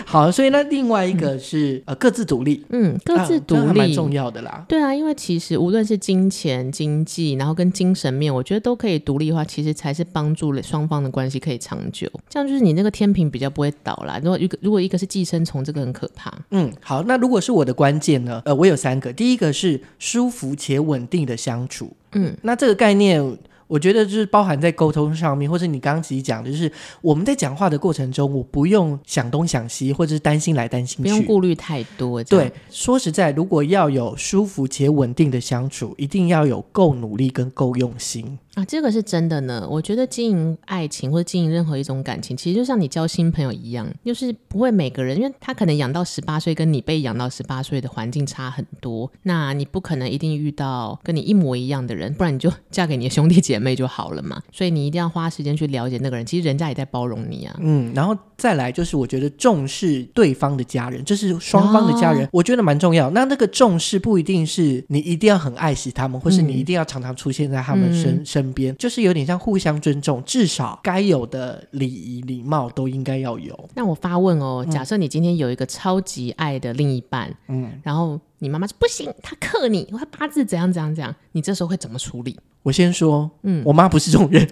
Speaker 1: 好，所以那另外一个是、呃各自独立，
Speaker 2: 嗯，各自
Speaker 1: 啊
Speaker 2: 独
Speaker 1: 这还蛮
Speaker 2: 立。
Speaker 1: 重要的啦。
Speaker 2: 对啊，因为其实无论是金钱、经济，然后跟精神面，我觉得都可以独立的话，其实才是帮助了双方的关系可以长久。这样就是你那个天平比较不会倒啦。如果一个如果一个是寄生虫，这个很可怕。
Speaker 1: 嗯，好，那如果是我的关键呢？呃，我有三个，第一个是舒服且稳定的相处，嗯，那这个概念。我觉得就是包含在沟通上面，或者你刚刚自己讲的，就是我们在讲话的过程中，我不用想东想西，或者是担心来担心
Speaker 2: 不用
Speaker 1: 去。
Speaker 2: 顾虑太多。这样
Speaker 1: 对，，说实在，如果要有舒服且稳定的相处，一定要有够努力跟够用心。
Speaker 2: 啊，这个是真的呢。我觉得经营爱情或者经营任何一种感情，其实就像你交新朋友一样，就是不会每个人，因为他可能养到十八岁，跟你被养到十八岁的环境差很多。那你不可能一定遇到跟你一模一样的人，不然你就嫁给你的兄弟姐妹就好了嘛。 *laughs* 所以你一定要花时间去了解那个人，其实人家也在包容你啊。
Speaker 1: 嗯，然后再来就是，我觉得重视对方的家人，就是双方的家人，我觉得蛮重要。那那个重视不一定是你一定要很爱惜他们，或是你一定要常常出现在他们身、身身边，就是有点像互相尊重，至少该有的礼仪礼貌都应该要有。
Speaker 2: 那我发问哦，假设你今天有一个超级爱的另一半，嗯，然后你妈妈说不行，他克你，他八字怎样怎样怎样，你这时候会怎么处理？
Speaker 1: 我先说，嗯，我妈不是这种人，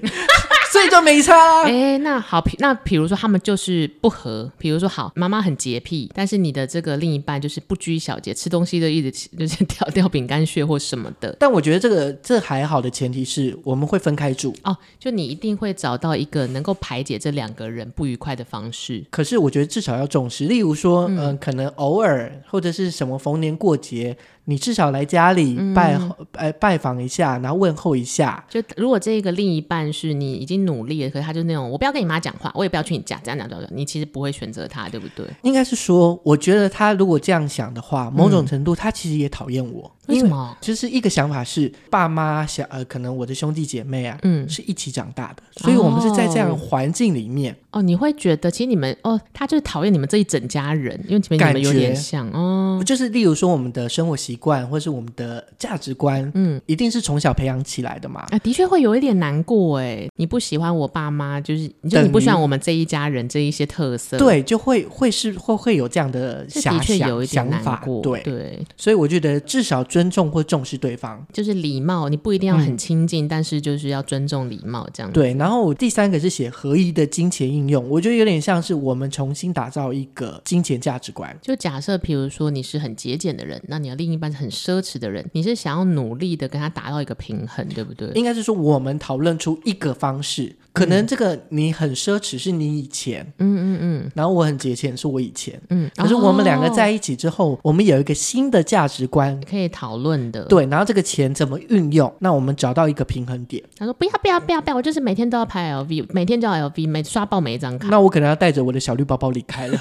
Speaker 1: 所以就没差啊、
Speaker 2: 哎、那好，比那比如说他们就是不合，比如说好，妈妈很洁癖，但是你的这个另一半就是不拘小节，吃东西就一直吃就是掉掉饼干屑或什么的。
Speaker 1: 但我觉得这个这还好的前提是我们会分开住。
Speaker 2: 哦，就你一定会找到一个能够排解这两个人不愉快的方式。
Speaker 1: 可是我觉得至少要重视，例如说，嗯、可能偶尔或者是什么逢年过节，你至少来家里
Speaker 2: 嗯
Speaker 1: 拜、呃拜访一下，然后问候一下。
Speaker 2: 就如果这个另一半是你已经努力了，可是他就那种我不要跟你妈讲话，我也不要去你家，这样讲这样讲，你其实不会选择他，对不对？
Speaker 1: 应该是说，我觉得他如果这样想的话，某种程度他其实也讨厌我。
Speaker 2: 嗯为
Speaker 1: 因
Speaker 2: 什么？
Speaker 1: 就是一个想法是，爸妈想呃，可能我的兄弟姐妹啊，
Speaker 2: 嗯，
Speaker 1: 是一起长大的，所以我们是在这样的环境里面，
Speaker 2: 哦，你会觉得其实你们哦，他就是讨厌你们这一整家人，因为前面你们有点像哦，
Speaker 1: 就是例如说我们的生活习惯或是我们的价值观，嗯，一定是从小培养起来的嘛。
Speaker 2: 啊，的确会有一点难过哎，你不喜欢我爸妈，就是就
Speaker 1: 等
Speaker 2: 你
Speaker 1: 于
Speaker 2: 不喜欢我们这一家人这一些特色，，
Speaker 1: 对，就会会是会会有这样的
Speaker 2: 这
Speaker 1: 遐
Speaker 2: 的确
Speaker 1: 想
Speaker 2: 有一点
Speaker 1: 想
Speaker 2: 难
Speaker 1: 法
Speaker 2: 过，，
Speaker 1: 对，所以我觉得至少尊重或重视对方，
Speaker 2: 就是礼貌，你不一定要
Speaker 1: 嗯
Speaker 2: 很亲近，但是就是要尊重礼貌这样子。
Speaker 1: 对。然后第三个是写合一的金钱应用，我觉得有点像是我们重新打造一个金钱价值观。
Speaker 2: 就假设，比如说你是很节俭的人，那你的另一半是很奢侈的人，你是想要努力的跟他达到一个平衡，对不对？嗯
Speaker 1: 应该是说，我们讨论出一个方式，可能这个你很奢侈是你以前，嗯嗯嗯，然后我很节俭是我以前，
Speaker 2: 嗯，
Speaker 1: 可是我们两个
Speaker 2: 哦
Speaker 1: 在一起之后，我们有一个新的价值观，
Speaker 2: 可以讨论的。，
Speaker 1: 对，然后这个钱怎么运用，那我们找到一个平衡点。
Speaker 2: 他说不要不要不要不要，我就是每天都要拍 LV，每天叫 LV，每刷爆每一张卡。
Speaker 1: 那我可能要带着我的小绿包包离开了。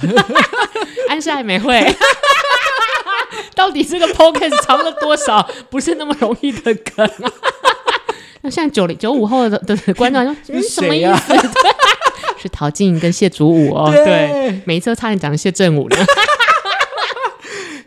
Speaker 2: *laughs* 安室爱美惠，到底这个 podcast 藏了多少不是那么容易的梗啊？ *laughs* 那现在九零九五后的的观 *laughs* 众说，嗯，
Speaker 1: 是
Speaker 2: 什么
Speaker 1: 谁
Speaker 2: 意
Speaker 1: 呀
Speaker 2: 思？ *laughs* 是陶晶莹跟谢祖武哦，
Speaker 1: 对
Speaker 2: 对，每一次都差点讲谢振武呢。 *laughs*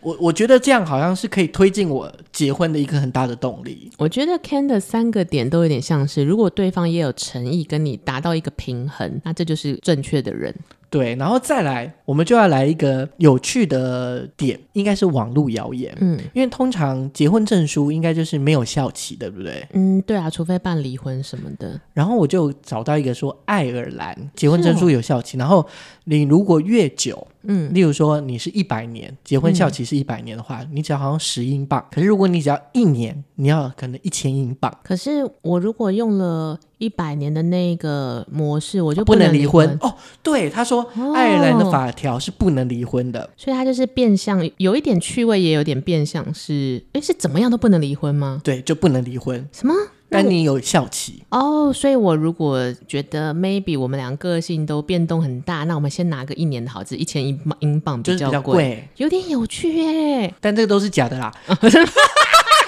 Speaker 1: 我我觉得这样好像是可以推进我结婚的一个很大的动力。
Speaker 2: 我觉得 Ken 的三个点都有点像是，如果对方也有诚意跟你达到一个平衡，那这就是正确的人。
Speaker 1: 对，然后再来，我们就要来一个有趣的点，应该是网络谣言。
Speaker 2: 嗯
Speaker 1: 因为通常结婚证书应该就是没有效期，对不对？
Speaker 2: 嗯，对啊，除非办离婚什么的。
Speaker 1: 然后我就找到一个说爱尔兰结婚证书有效期，然后你如果越久，
Speaker 2: 嗯，
Speaker 1: 例如说你是一百年，结婚效期是一百年的话，你只要好像十英镑，可是如果你只要一年，你要可能一千英镑。
Speaker 2: 可是我如果用了一百年的那个模式，我就
Speaker 1: 不
Speaker 2: 啊能
Speaker 1: 能
Speaker 2: 离
Speaker 1: 离婚。哦，对，他说
Speaker 2: 哦
Speaker 1: 爱尔兰的法条是不能离婚的，
Speaker 2: 所以它就是变相有一点趣味，也有点变相是，诶，是怎么样都不能离婚吗？
Speaker 1: 对，就不能离婚，
Speaker 2: 什么？那
Speaker 1: 但你有效期。
Speaker 2: 哦所以我如果觉得 maybe 我们俩个性都变动很大，那我们先拿个一年的好，这一千英镑英镑
Speaker 1: 就是比
Speaker 2: 较
Speaker 1: 较贵，
Speaker 2: 有点有趣耶、
Speaker 1: 但这个都是假的啦。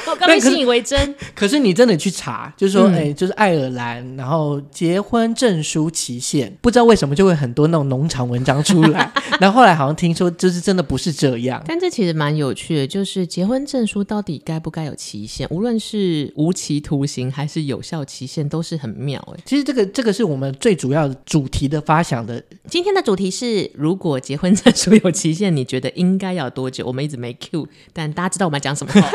Speaker 2: 我刚
Speaker 1: 那
Speaker 2: 才
Speaker 1: 可是
Speaker 2: 信以为真，
Speaker 1: 可是你真的去查，就是说，
Speaker 2: 嗯
Speaker 1: 哎、就是爱尔兰，然后结婚证书期限，不知道为什么就会很多那种农场文章出
Speaker 2: *laughs*
Speaker 1: 来。然后后来好像听说，就是真的不是这样。
Speaker 2: *laughs* 但这其实蛮有趣的，就是结婚证书到底该不该有期限？无论是无期徒刑还是有效期限，都是很妙哎。
Speaker 1: 其实这个这个是我们最主要的主题的发想的，
Speaker 2: 今天的主题是：如果结婚证书有期限，你觉得应该要多久？我们一直没 Q，但大家知道我们要
Speaker 1: *laughs*
Speaker 2: 讲什么了。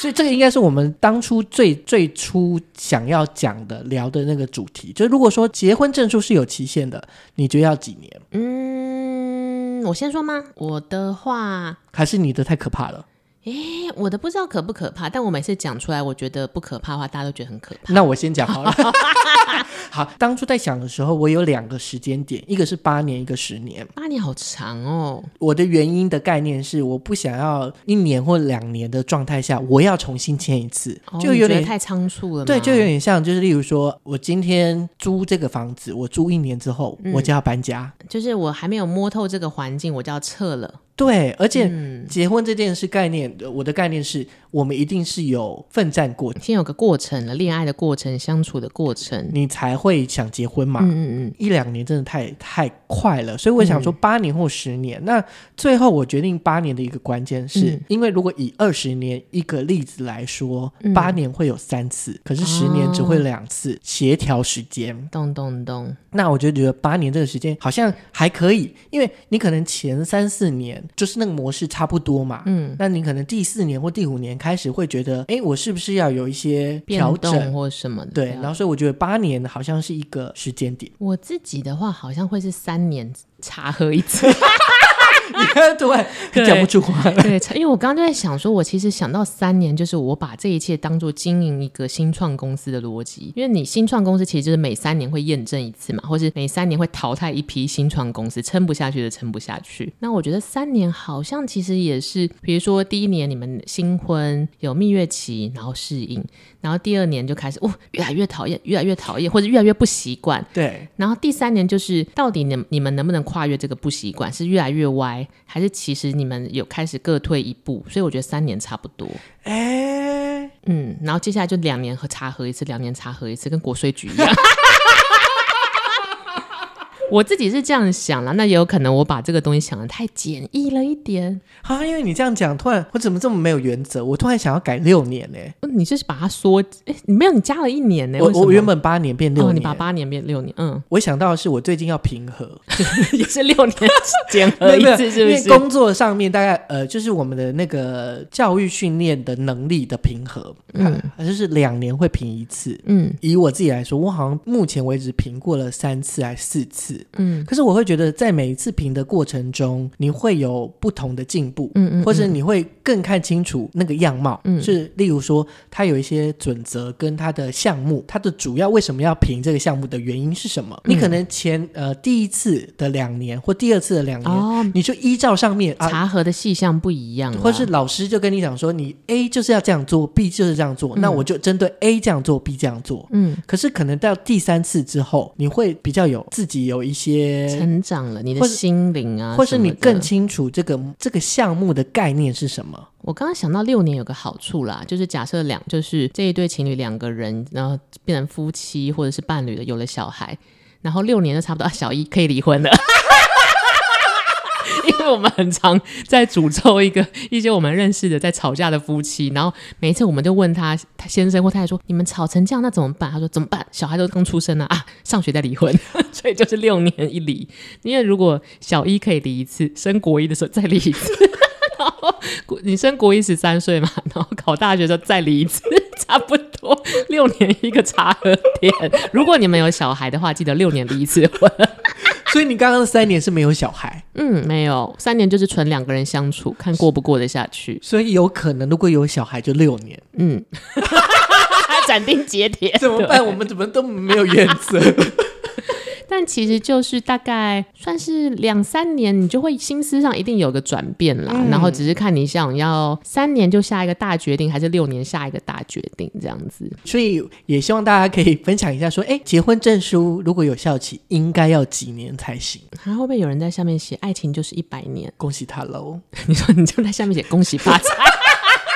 Speaker 1: 所以这个应该是我们当初最最初想要讲的聊的那个主题。就是如果说结婚证书是有期限的，你觉得要几年？
Speaker 2: 嗯，我先说吗？我的话，
Speaker 1: 还是你的太可怕了？
Speaker 2: 诶，我的不知道可不可怕，但我每次讲出来，我觉得不可怕的话，大家都觉得很可怕。
Speaker 1: 那我先讲好了。 *laughs* 好，当初在想的时候，我有两个时间点，一个是八年，一个十年。
Speaker 2: 八啊年好长哦，
Speaker 1: 我的原因的概念是，我不想要一年或两年的状态下，我要重新签一次，
Speaker 2: 哦
Speaker 1: 就
Speaker 2: 你
Speaker 1: 有
Speaker 2: 觉得
Speaker 1: 点。
Speaker 2: 太仓促了吗。
Speaker 1: 对，就有点像，就是例如说，我今天租这个房
Speaker 2: 嗯
Speaker 1: 子，我租一年之后，我就要搬家。
Speaker 2: 就是我还没有摸透这个环境，我就要撤了。
Speaker 1: 对，而且
Speaker 2: 嗯，
Speaker 1: 结婚这件事概念，呃我的概念是我们一定是有奋战过，
Speaker 2: 先有个过程了，恋爱的过程，相处的过程。
Speaker 1: 你才会想结婚嘛。
Speaker 2: 嗯嗯嗯，
Speaker 1: 一两年真的太太快了，所以我想说八年或十年。那最后我决定八年的一个关键是，
Speaker 2: 嗯
Speaker 1: 因为如果以二十年一个例子来说，
Speaker 2: 嗯
Speaker 1: 八年会有三次，可是十年只会两次，协调时间。
Speaker 2: 咚咚咚，
Speaker 1: 那我就觉得八年这个时间好像还可以，因为你可能前三四年就是那个模式差不多嘛。
Speaker 2: 嗯，
Speaker 1: 那你可能第四年或第五年开始会觉得，哎，我是不是要有一些
Speaker 2: 变
Speaker 1: 调
Speaker 2: 动啊
Speaker 1: 整？
Speaker 2: 或什么的。
Speaker 1: 对，然后所以我觉得八年好像是一个时间
Speaker 2: *laughs*
Speaker 1: 点。
Speaker 2: 我自己的话，好像会是三年茶喝一次。
Speaker 1: 你看，突然
Speaker 2: 对
Speaker 1: 讲不出话来。
Speaker 2: *laughs* *laughs* 对，因为我刚刚就在想说，我其实想到三年，就是我把这一切当做经营一个新创公司的逻辑，因为你新创公司其实就是每三年会验证一次嘛，或是每三年会淘汰一批新创公司，撑不下去的撑不下去。那我觉得三年好像其实也是，比如说第一年你们新婚有蜜月期，然后适应，然后第二年就开始哦，越来越讨厌，越来越讨厌，或者越来越不习惯，
Speaker 1: 对，
Speaker 2: 然后第三年就是，到底能你们能不能跨越这个不习惯？是越来越歪，还是其实你们有开始各退一步？所以我觉得三年差不多。
Speaker 1: 哎，
Speaker 2: 嗯，然后接下来就两年喝茶喝一次，两年茶喝一次，跟国税局一样。我自己是这样想啦，那也有可能我把这个东西想的太简易了一点。
Speaker 1: 啊，因为你这样讲，突然我怎么这么没有原则？我突然想要改六年呢、
Speaker 2: 哦你就是把它缩，哎，你没有，你加了一年呢、
Speaker 1: 我
Speaker 2: 哎为什么
Speaker 1: 我原本八年变六
Speaker 2: 哦，你
Speaker 1: 年，
Speaker 2: 把八年变六年，嗯，
Speaker 1: 我想到的是我最近要平和，
Speaker 2: *laughs* 也是六年减合
Speaker 1: *laughs*
Speaker 2: 一
Speaker 1: 没有
Speaker 2: 次，是不
Speaker 1: 因为
Speaker 2: 是？
Speaker 1: 工作上面大概呃，就是我们的那个教育训练的能力的平和，嗯，就是两年会平一次。
Speaker 2: 嗯
Speaker 1: 以我自己来说，我好像目前为止评过了三次还是四次，
Speaker 2: 嗯
Speaker 1: 可是我会觉得在每一次评的过程中，你会有不同的进步，
Speaker 2: 嗯嗯，
Speaker 1: 或者你会更看清楚那个样貌，
Speaker 2: 嗯
Speaker 1: 是例如说，它有一些准则跟它的项目，它的主要为什么要评这个项目的原因是什么？你可能前呃第一次的两年或第二次的两年，
Speaker 2: 哦，
Speaker 1: 你就依照上面啊，
Speaker 2: 茶盒的细项不一样啦，
Speaker 1: 或是老师就跟你讲说，你 A 就是要这样做，B 就是这样做，那我就针对 A 这样做，B 这样做。
Speaker 2: 嗯，
Speaker 1: 可是可能到第三次之后，你会比较有自己有一些。
Speaker 2: 成长了你
Speaker 1: 或
Speaker 2: 的
Speaker 1: 是
Speaker 2: 心灵啊，
Speaker 1: 或是你
Speaker 2: 什么的
Speaker 1: 更清楚这个这个项目的概念是什么？
Speaker 2: 我刚刚想到六年有个好处啦，就是假设两就是这一对情侣两个人，然后变成夫妻或者是伴侣的，有了小孩，然后六年就差不多，啊、小一可以离婚了。 *laughs* 因为我们很常在诅咒一个一些我们认识的在吵架的夫妻，然后每一次我们就问他，他先生或太太说：“你们吵成这样，那怎么办？”他说：“怎么办？小孩都刚出生啊，啊，上学再离婚。” *laughs* 所以就是六年一离，因为如果小一可以离一次，升国一的时候再离一次，然后国你升国一十三岁嘛， *laughs* 然后考大学的时候再离一次，差不多六年一个茶喝店。如果你们有小孩的话，记得六年离一次婚。 *laughs*
Speaker 1: 所以你刚刚的三年是没有小孩，
Speaker 2: 嗯，没有，三年就是纯两个人相处，看过不过得下去。 *laughs*
Speaker 1: 所以有可能如果有小孩就六 *laughs* 年，
Speaker 2: 嗯，斩钉截铁
Speaker 1: 怎么办？我们怎么都没有原则？ *laughs*
Speaker 2: 但其实就是大概算是两三年，你就会心思上一定有个转变啦。
Speaker 1: 嗯
Speaker 2: 然后只是看你想要三年就下一个大决定，还是六年下一个大决定这样子。
Speaker 1: 所以也希望大家可以分享一下，说，哎，结婚证书如果有效期，应该要几年才行？
Speaker 2: 还、会不会有人在下面写“爱情就是一百年
Speaker 1: 恭喜他喽！”？
Speaker 2: *laughs* 你说你就在下面写“恭喜发财”， *laughs*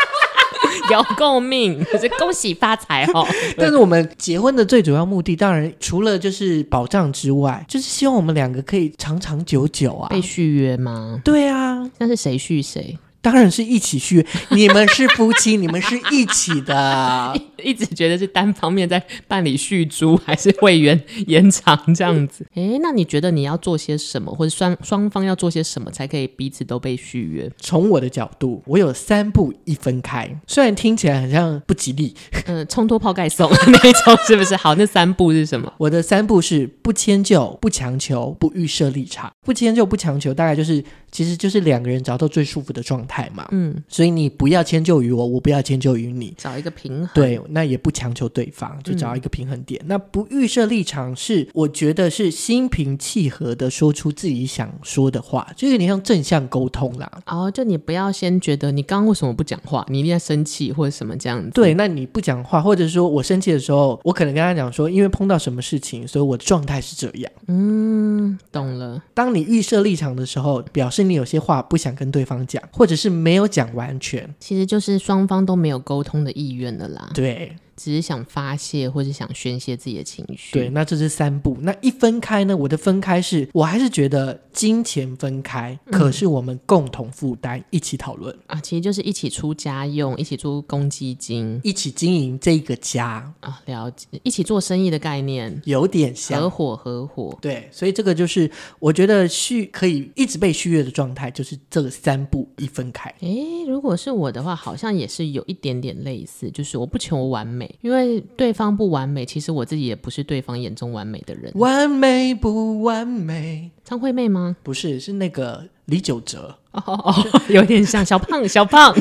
Speaker 2: 有够命，可是恭喜发财哦。
Speaker 1: 但是我们结婚的最主要目的，当然除了就是保障之外，就是希望我们两个可以长长久久啊
Speaker 2: 被。续约吗？
Speaker 1: 对啊，
Speaker 2: 那是谁续谁？
Speaker 1: 当然是一起续。 *laughs* 你们是夫妻，你们是一起
Speaker 2: *laughs*
Speaker 1: 的。
Speaker 2: 一直觉得是单方面在办理续租，还是会员延长这样子？诶、那你觉得你要做些什么，或者双双方要做些什么，才可以彼此都被续约？
Speaker 1: 从我的角度，我有三步一分开，虽然听起来很像不吉利，
Speaker 2: 嗯、冲脱泡盖送那一种是不是？好，那三步是什么？
Speaker 1: 我的三步是不迁就、不强求、不预设立场。不迁就、不强求，大概就是其实就是两个人找到最舒服的状态嘛。
Speaker 2: 嗯，
Speaker 1: 所以你不要迁就于我，我不要迁就于你。
Speaker 2: 找一个平衡。
Speaker 1: 对，那也不强求对方，就找到一个平衡点。那不预设立场是，我觉得是心平气和的说出自己想说的话，就有点像正向沟通啦。
Speaker 2: 哦，就你不要先觉得你刚刚为什么不讲话，你一定在生气或者什么这样子。
Speaker 1: 对，那你不讲话，或者说我生气的时候，我可能跟他讲说，因为碰到什么事情，所以我的状态是这样。嗯，
Speaker 2: 嗯，懂了。
Speaker 1: 当你预设立场的时候，表示你有些话不想跟对方讲，或者是没有讲完全。
Speaker 2: 其实就是双方都没有沟通的意愿的啦，
Speaker 1: 对
Speaker 2: 只是想发泄或者想宣泄自己的情绪。
Speaker 1: 对，，那这是三步。那一分开呢？我的分开是我还是觉得金钱分开，可是我们共同负担，一起讨论，
Speaker 2: 啊，其实就是一起出家用，一起出公积金
Speaker 1: 一起经营这个家，
Speaker 2: 啊，了解，一起做生意的概念，
Speaker 1: 有点像
Speaker 2: 合伙合伙。
Speaker 1: 对，所以这个就是我觉得续可以一直被续约的状态，就是这个三步一分开。
Speaker 2: 诶，如果是我的话，好像也是有一点点类似，就是我不求完美，因为对方不完美，其实我自己也不是对方眼中完美的人。
Speaker 1: 完美不完美？
Speaker 2: 张惠妹
Speaker 1: *laughs*
Speaker 2: 吗？
Speaker 1: 不是，是那个李玖哲，
Speaker 2: 哦哦哦，有点像小胖小胖，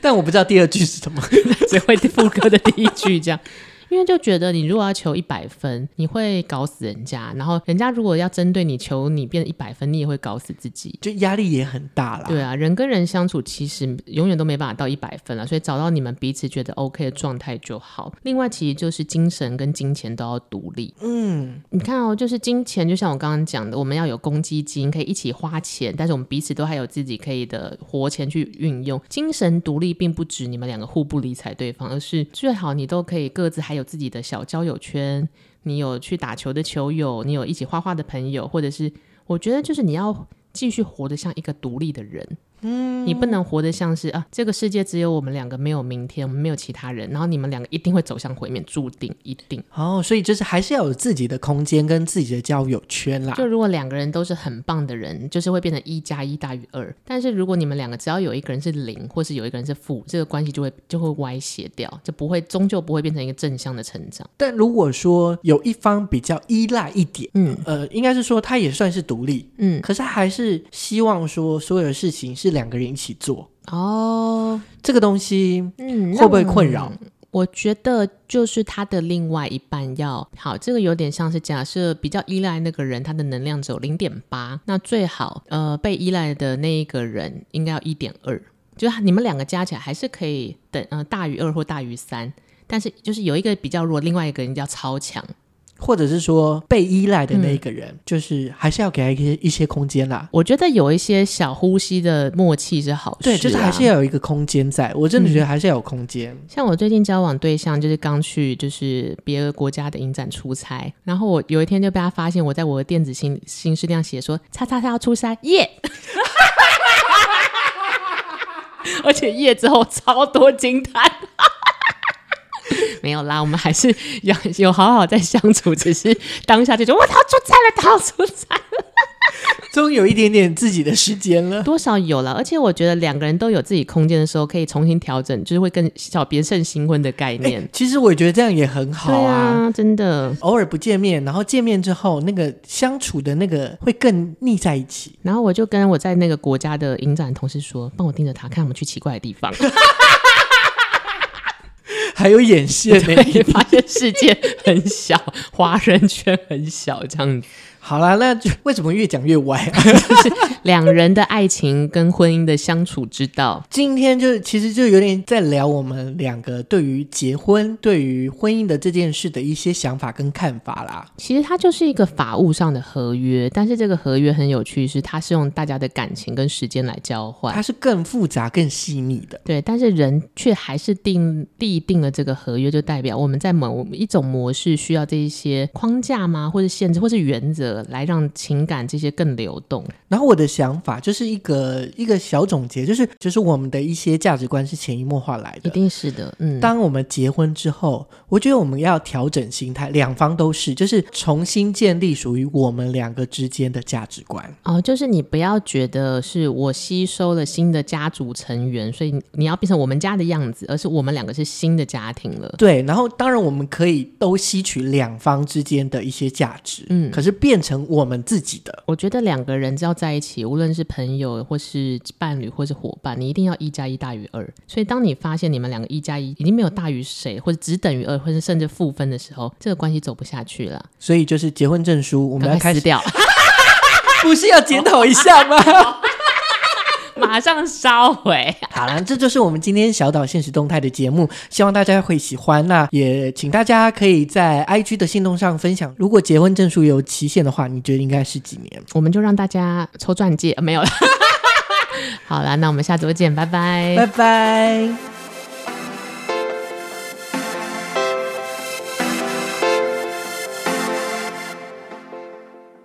Speaker 1: 但我不知道第二句是什么。
Speaker 2: 只会副歌的第一句这样。因为就觉得你如果要求一百分，你会搞死人家，然后人家如果要针对你求你变一百分，你也会搞死自己。
Speaker 1: 就压力也很大啦。
Speaker 2: 对啊，人跟人相处其实永远都没办法到一百分了，所以找到你们彼此觉得 OK 的状态就好。另外，其实就是精神跟金钱都要独立。
Speaker 1: 嗯，
Speaker 2: 你看哦，就是金钱，就像我刚刚讲的，我们要有公积金，可以一起花钱，但是我们彼此都还有自己可以的活钱去运用。精神独立并不指你们两个互不理睬对方，而是最好你都可以各自还有自己的小交友圈，你有去打球的球友，你有一起画画的朋友，或者是我觉得就是你要继续活得像一个独立的人。嗯，你不能活得像是啊，这个世界只有我们两个，没有明天，我们没有其他人，然后你们两个一定会走向毁灭，注定一定。
Speaker 1: 哦，所以就是还是要有自己的空间跟自己的交友圈啦。
Speaker 2: 就如果两个人都是很棒的人，就是会变成一加一大于二。但是如果你们两个只要有一个人是零，或是有一个人是负，这个关系就会就会歪斜掉，就不会终究不会变成一个正向的成长。
Speaker 1: 但如果说有一方比较依赖一点，
Speaker 2: 嗯
Speaker 1: 呃，应该是说他也算是独立，
Speaker 2: 嗯，
Speaker 1: 可是还是希望说所有的事情是两个人一起做，
Speaker 2: 哦，
Speaker 1: 这个东西
Speaker 2: 嗯
Speaker 1: 会不会困扰？
Speaker 2: 我觉得就是他的另外一半要好，这个有点像是假设比较依赖那个人，他的能量只有零点八，那最好呃被依赖的那一个人应该要一点二，就是你们两个加起来还是可以等呃大于二或大于三，但是就是有一个比较弱，另外一个人要超强。
Speaker 1: 或者是说被依赖的那一个人，就是还是要给他一些一些空间啦。
Speaker 2: 我觉得有一些小呼吸的默契是好事、啊，
Speaker 1: 对，就是还是要有一个空间在，我真的觉得还是要有空间。
Speaker 2: 像我最近交往对象就是刚去就是别的国家的影展出差，然后我有一天就被他发现我在我的电子信信事量写说“叉叉叉要出差耶”， *laughs* 而且耶之后超多惊叹。 *laughs* 没有啦，我们还是有有好好在相处，只是当下就觉得我他要出差了，他要出差了，
Speaker 1: *laughs* 终于有一点点自己的时间了。
Speaker 2: 多少有了。而且我觉得两个人都有自己空间的时候，可以重新调整，就是会更小别胜新婚的概念。
Speaker 1: 其实我也觉得这样也很好
Speaker 2: *laughs* 对
Speaker 1: 啊。
Speaker 2: 啊，真的。
Speaker 1: 偶尔不见面，然后见面之后，那个相处的那个会更腻在一起。
Speaker 2: 然后我就跟我在那个国家的影展的同事说，帮我盯着他，看我们去奇怪的地方，
Speaker 1: 还有眼线呢、
Speaker 2: 对，发现世界很小，华人圈很小，这样子。
Speaker 1: *laughs* 好啦，那就为什么越讲越歪、啊？
Speaker 2: 两人的爱情跟婚姻的相处之道，
Speaker 1: *laughs* 今天就其实就有点在聊我们两个对于结婚、对于婚姻的这件事的一些想法跟看法啦。
Speaker 2: 其实它就是一个法务上的合约，但是这个合约很有趣，是它是用大家的感情跟时间来交换
Speaker 1: 它。是更复杂、更细腻的。
Speaker 2: 对，但是人却还是定立定了这个合约，就代表我们在某一种模式需要这一些框架吗，或者限制，或是原则，来让情感这些更流动。
Speaker 1: 然后我的想法就是一个一个小总结，就是就是我们的一些价值观是潜移默化来
Speaker 2: 一
Speaker 1: 的。
Speaker 2: 定是的，嗯，
Speaker 1: 当我们结婚之后，我觉得我们要调整心态，两方都是，就是重新建立属于我们两个之间的价值观。
Speaker 2: 哦，就是你不要觉得是我吸收了新的家族成员，所以你要变成我们家的样子，而是我们两个是新的家庭了。
Speaker 1: 对，然后当然我们可以都吸取两方之间的一些价值，
Speaker 2: 嗯
Speaker 1: 可是变成我们自己的。
Speaker 2: 我觉得两个人只要在一起，无论是朋友或是伴侣或是伙伴，你一定要一加一大于二。所以当你发现你们两个一加一已经没有大于谁，或者只等于二，或是甚至负分的时候，这个关系走不下去了，
Speaker 1: 所以就是结婚证书，我
Speaker 2: 我
Speaker 1: 们要开
Speaker 2: 撕
Speaker 1: 始，
Speaker 2: 掉。
Speaker 1: 不是要检讨一下吗？
Speaker 2: 马上烧毁。
Speaker 1: *laughs*
Speaker 2: *laughs*
Speaker 1: 好啦，这就是我们今天小岛现实动态的节目，希望大家会喜欢。那也请大家可以在 IG 的行动上分享，如果结婚证书有期限的话，你觉得应该是几年？
Speaker 2: 我们就让大家 *laughs* 抽钻戒，呃没有了。好啦，那我们下周见，拜拜。
Speaker 1: 拜拜。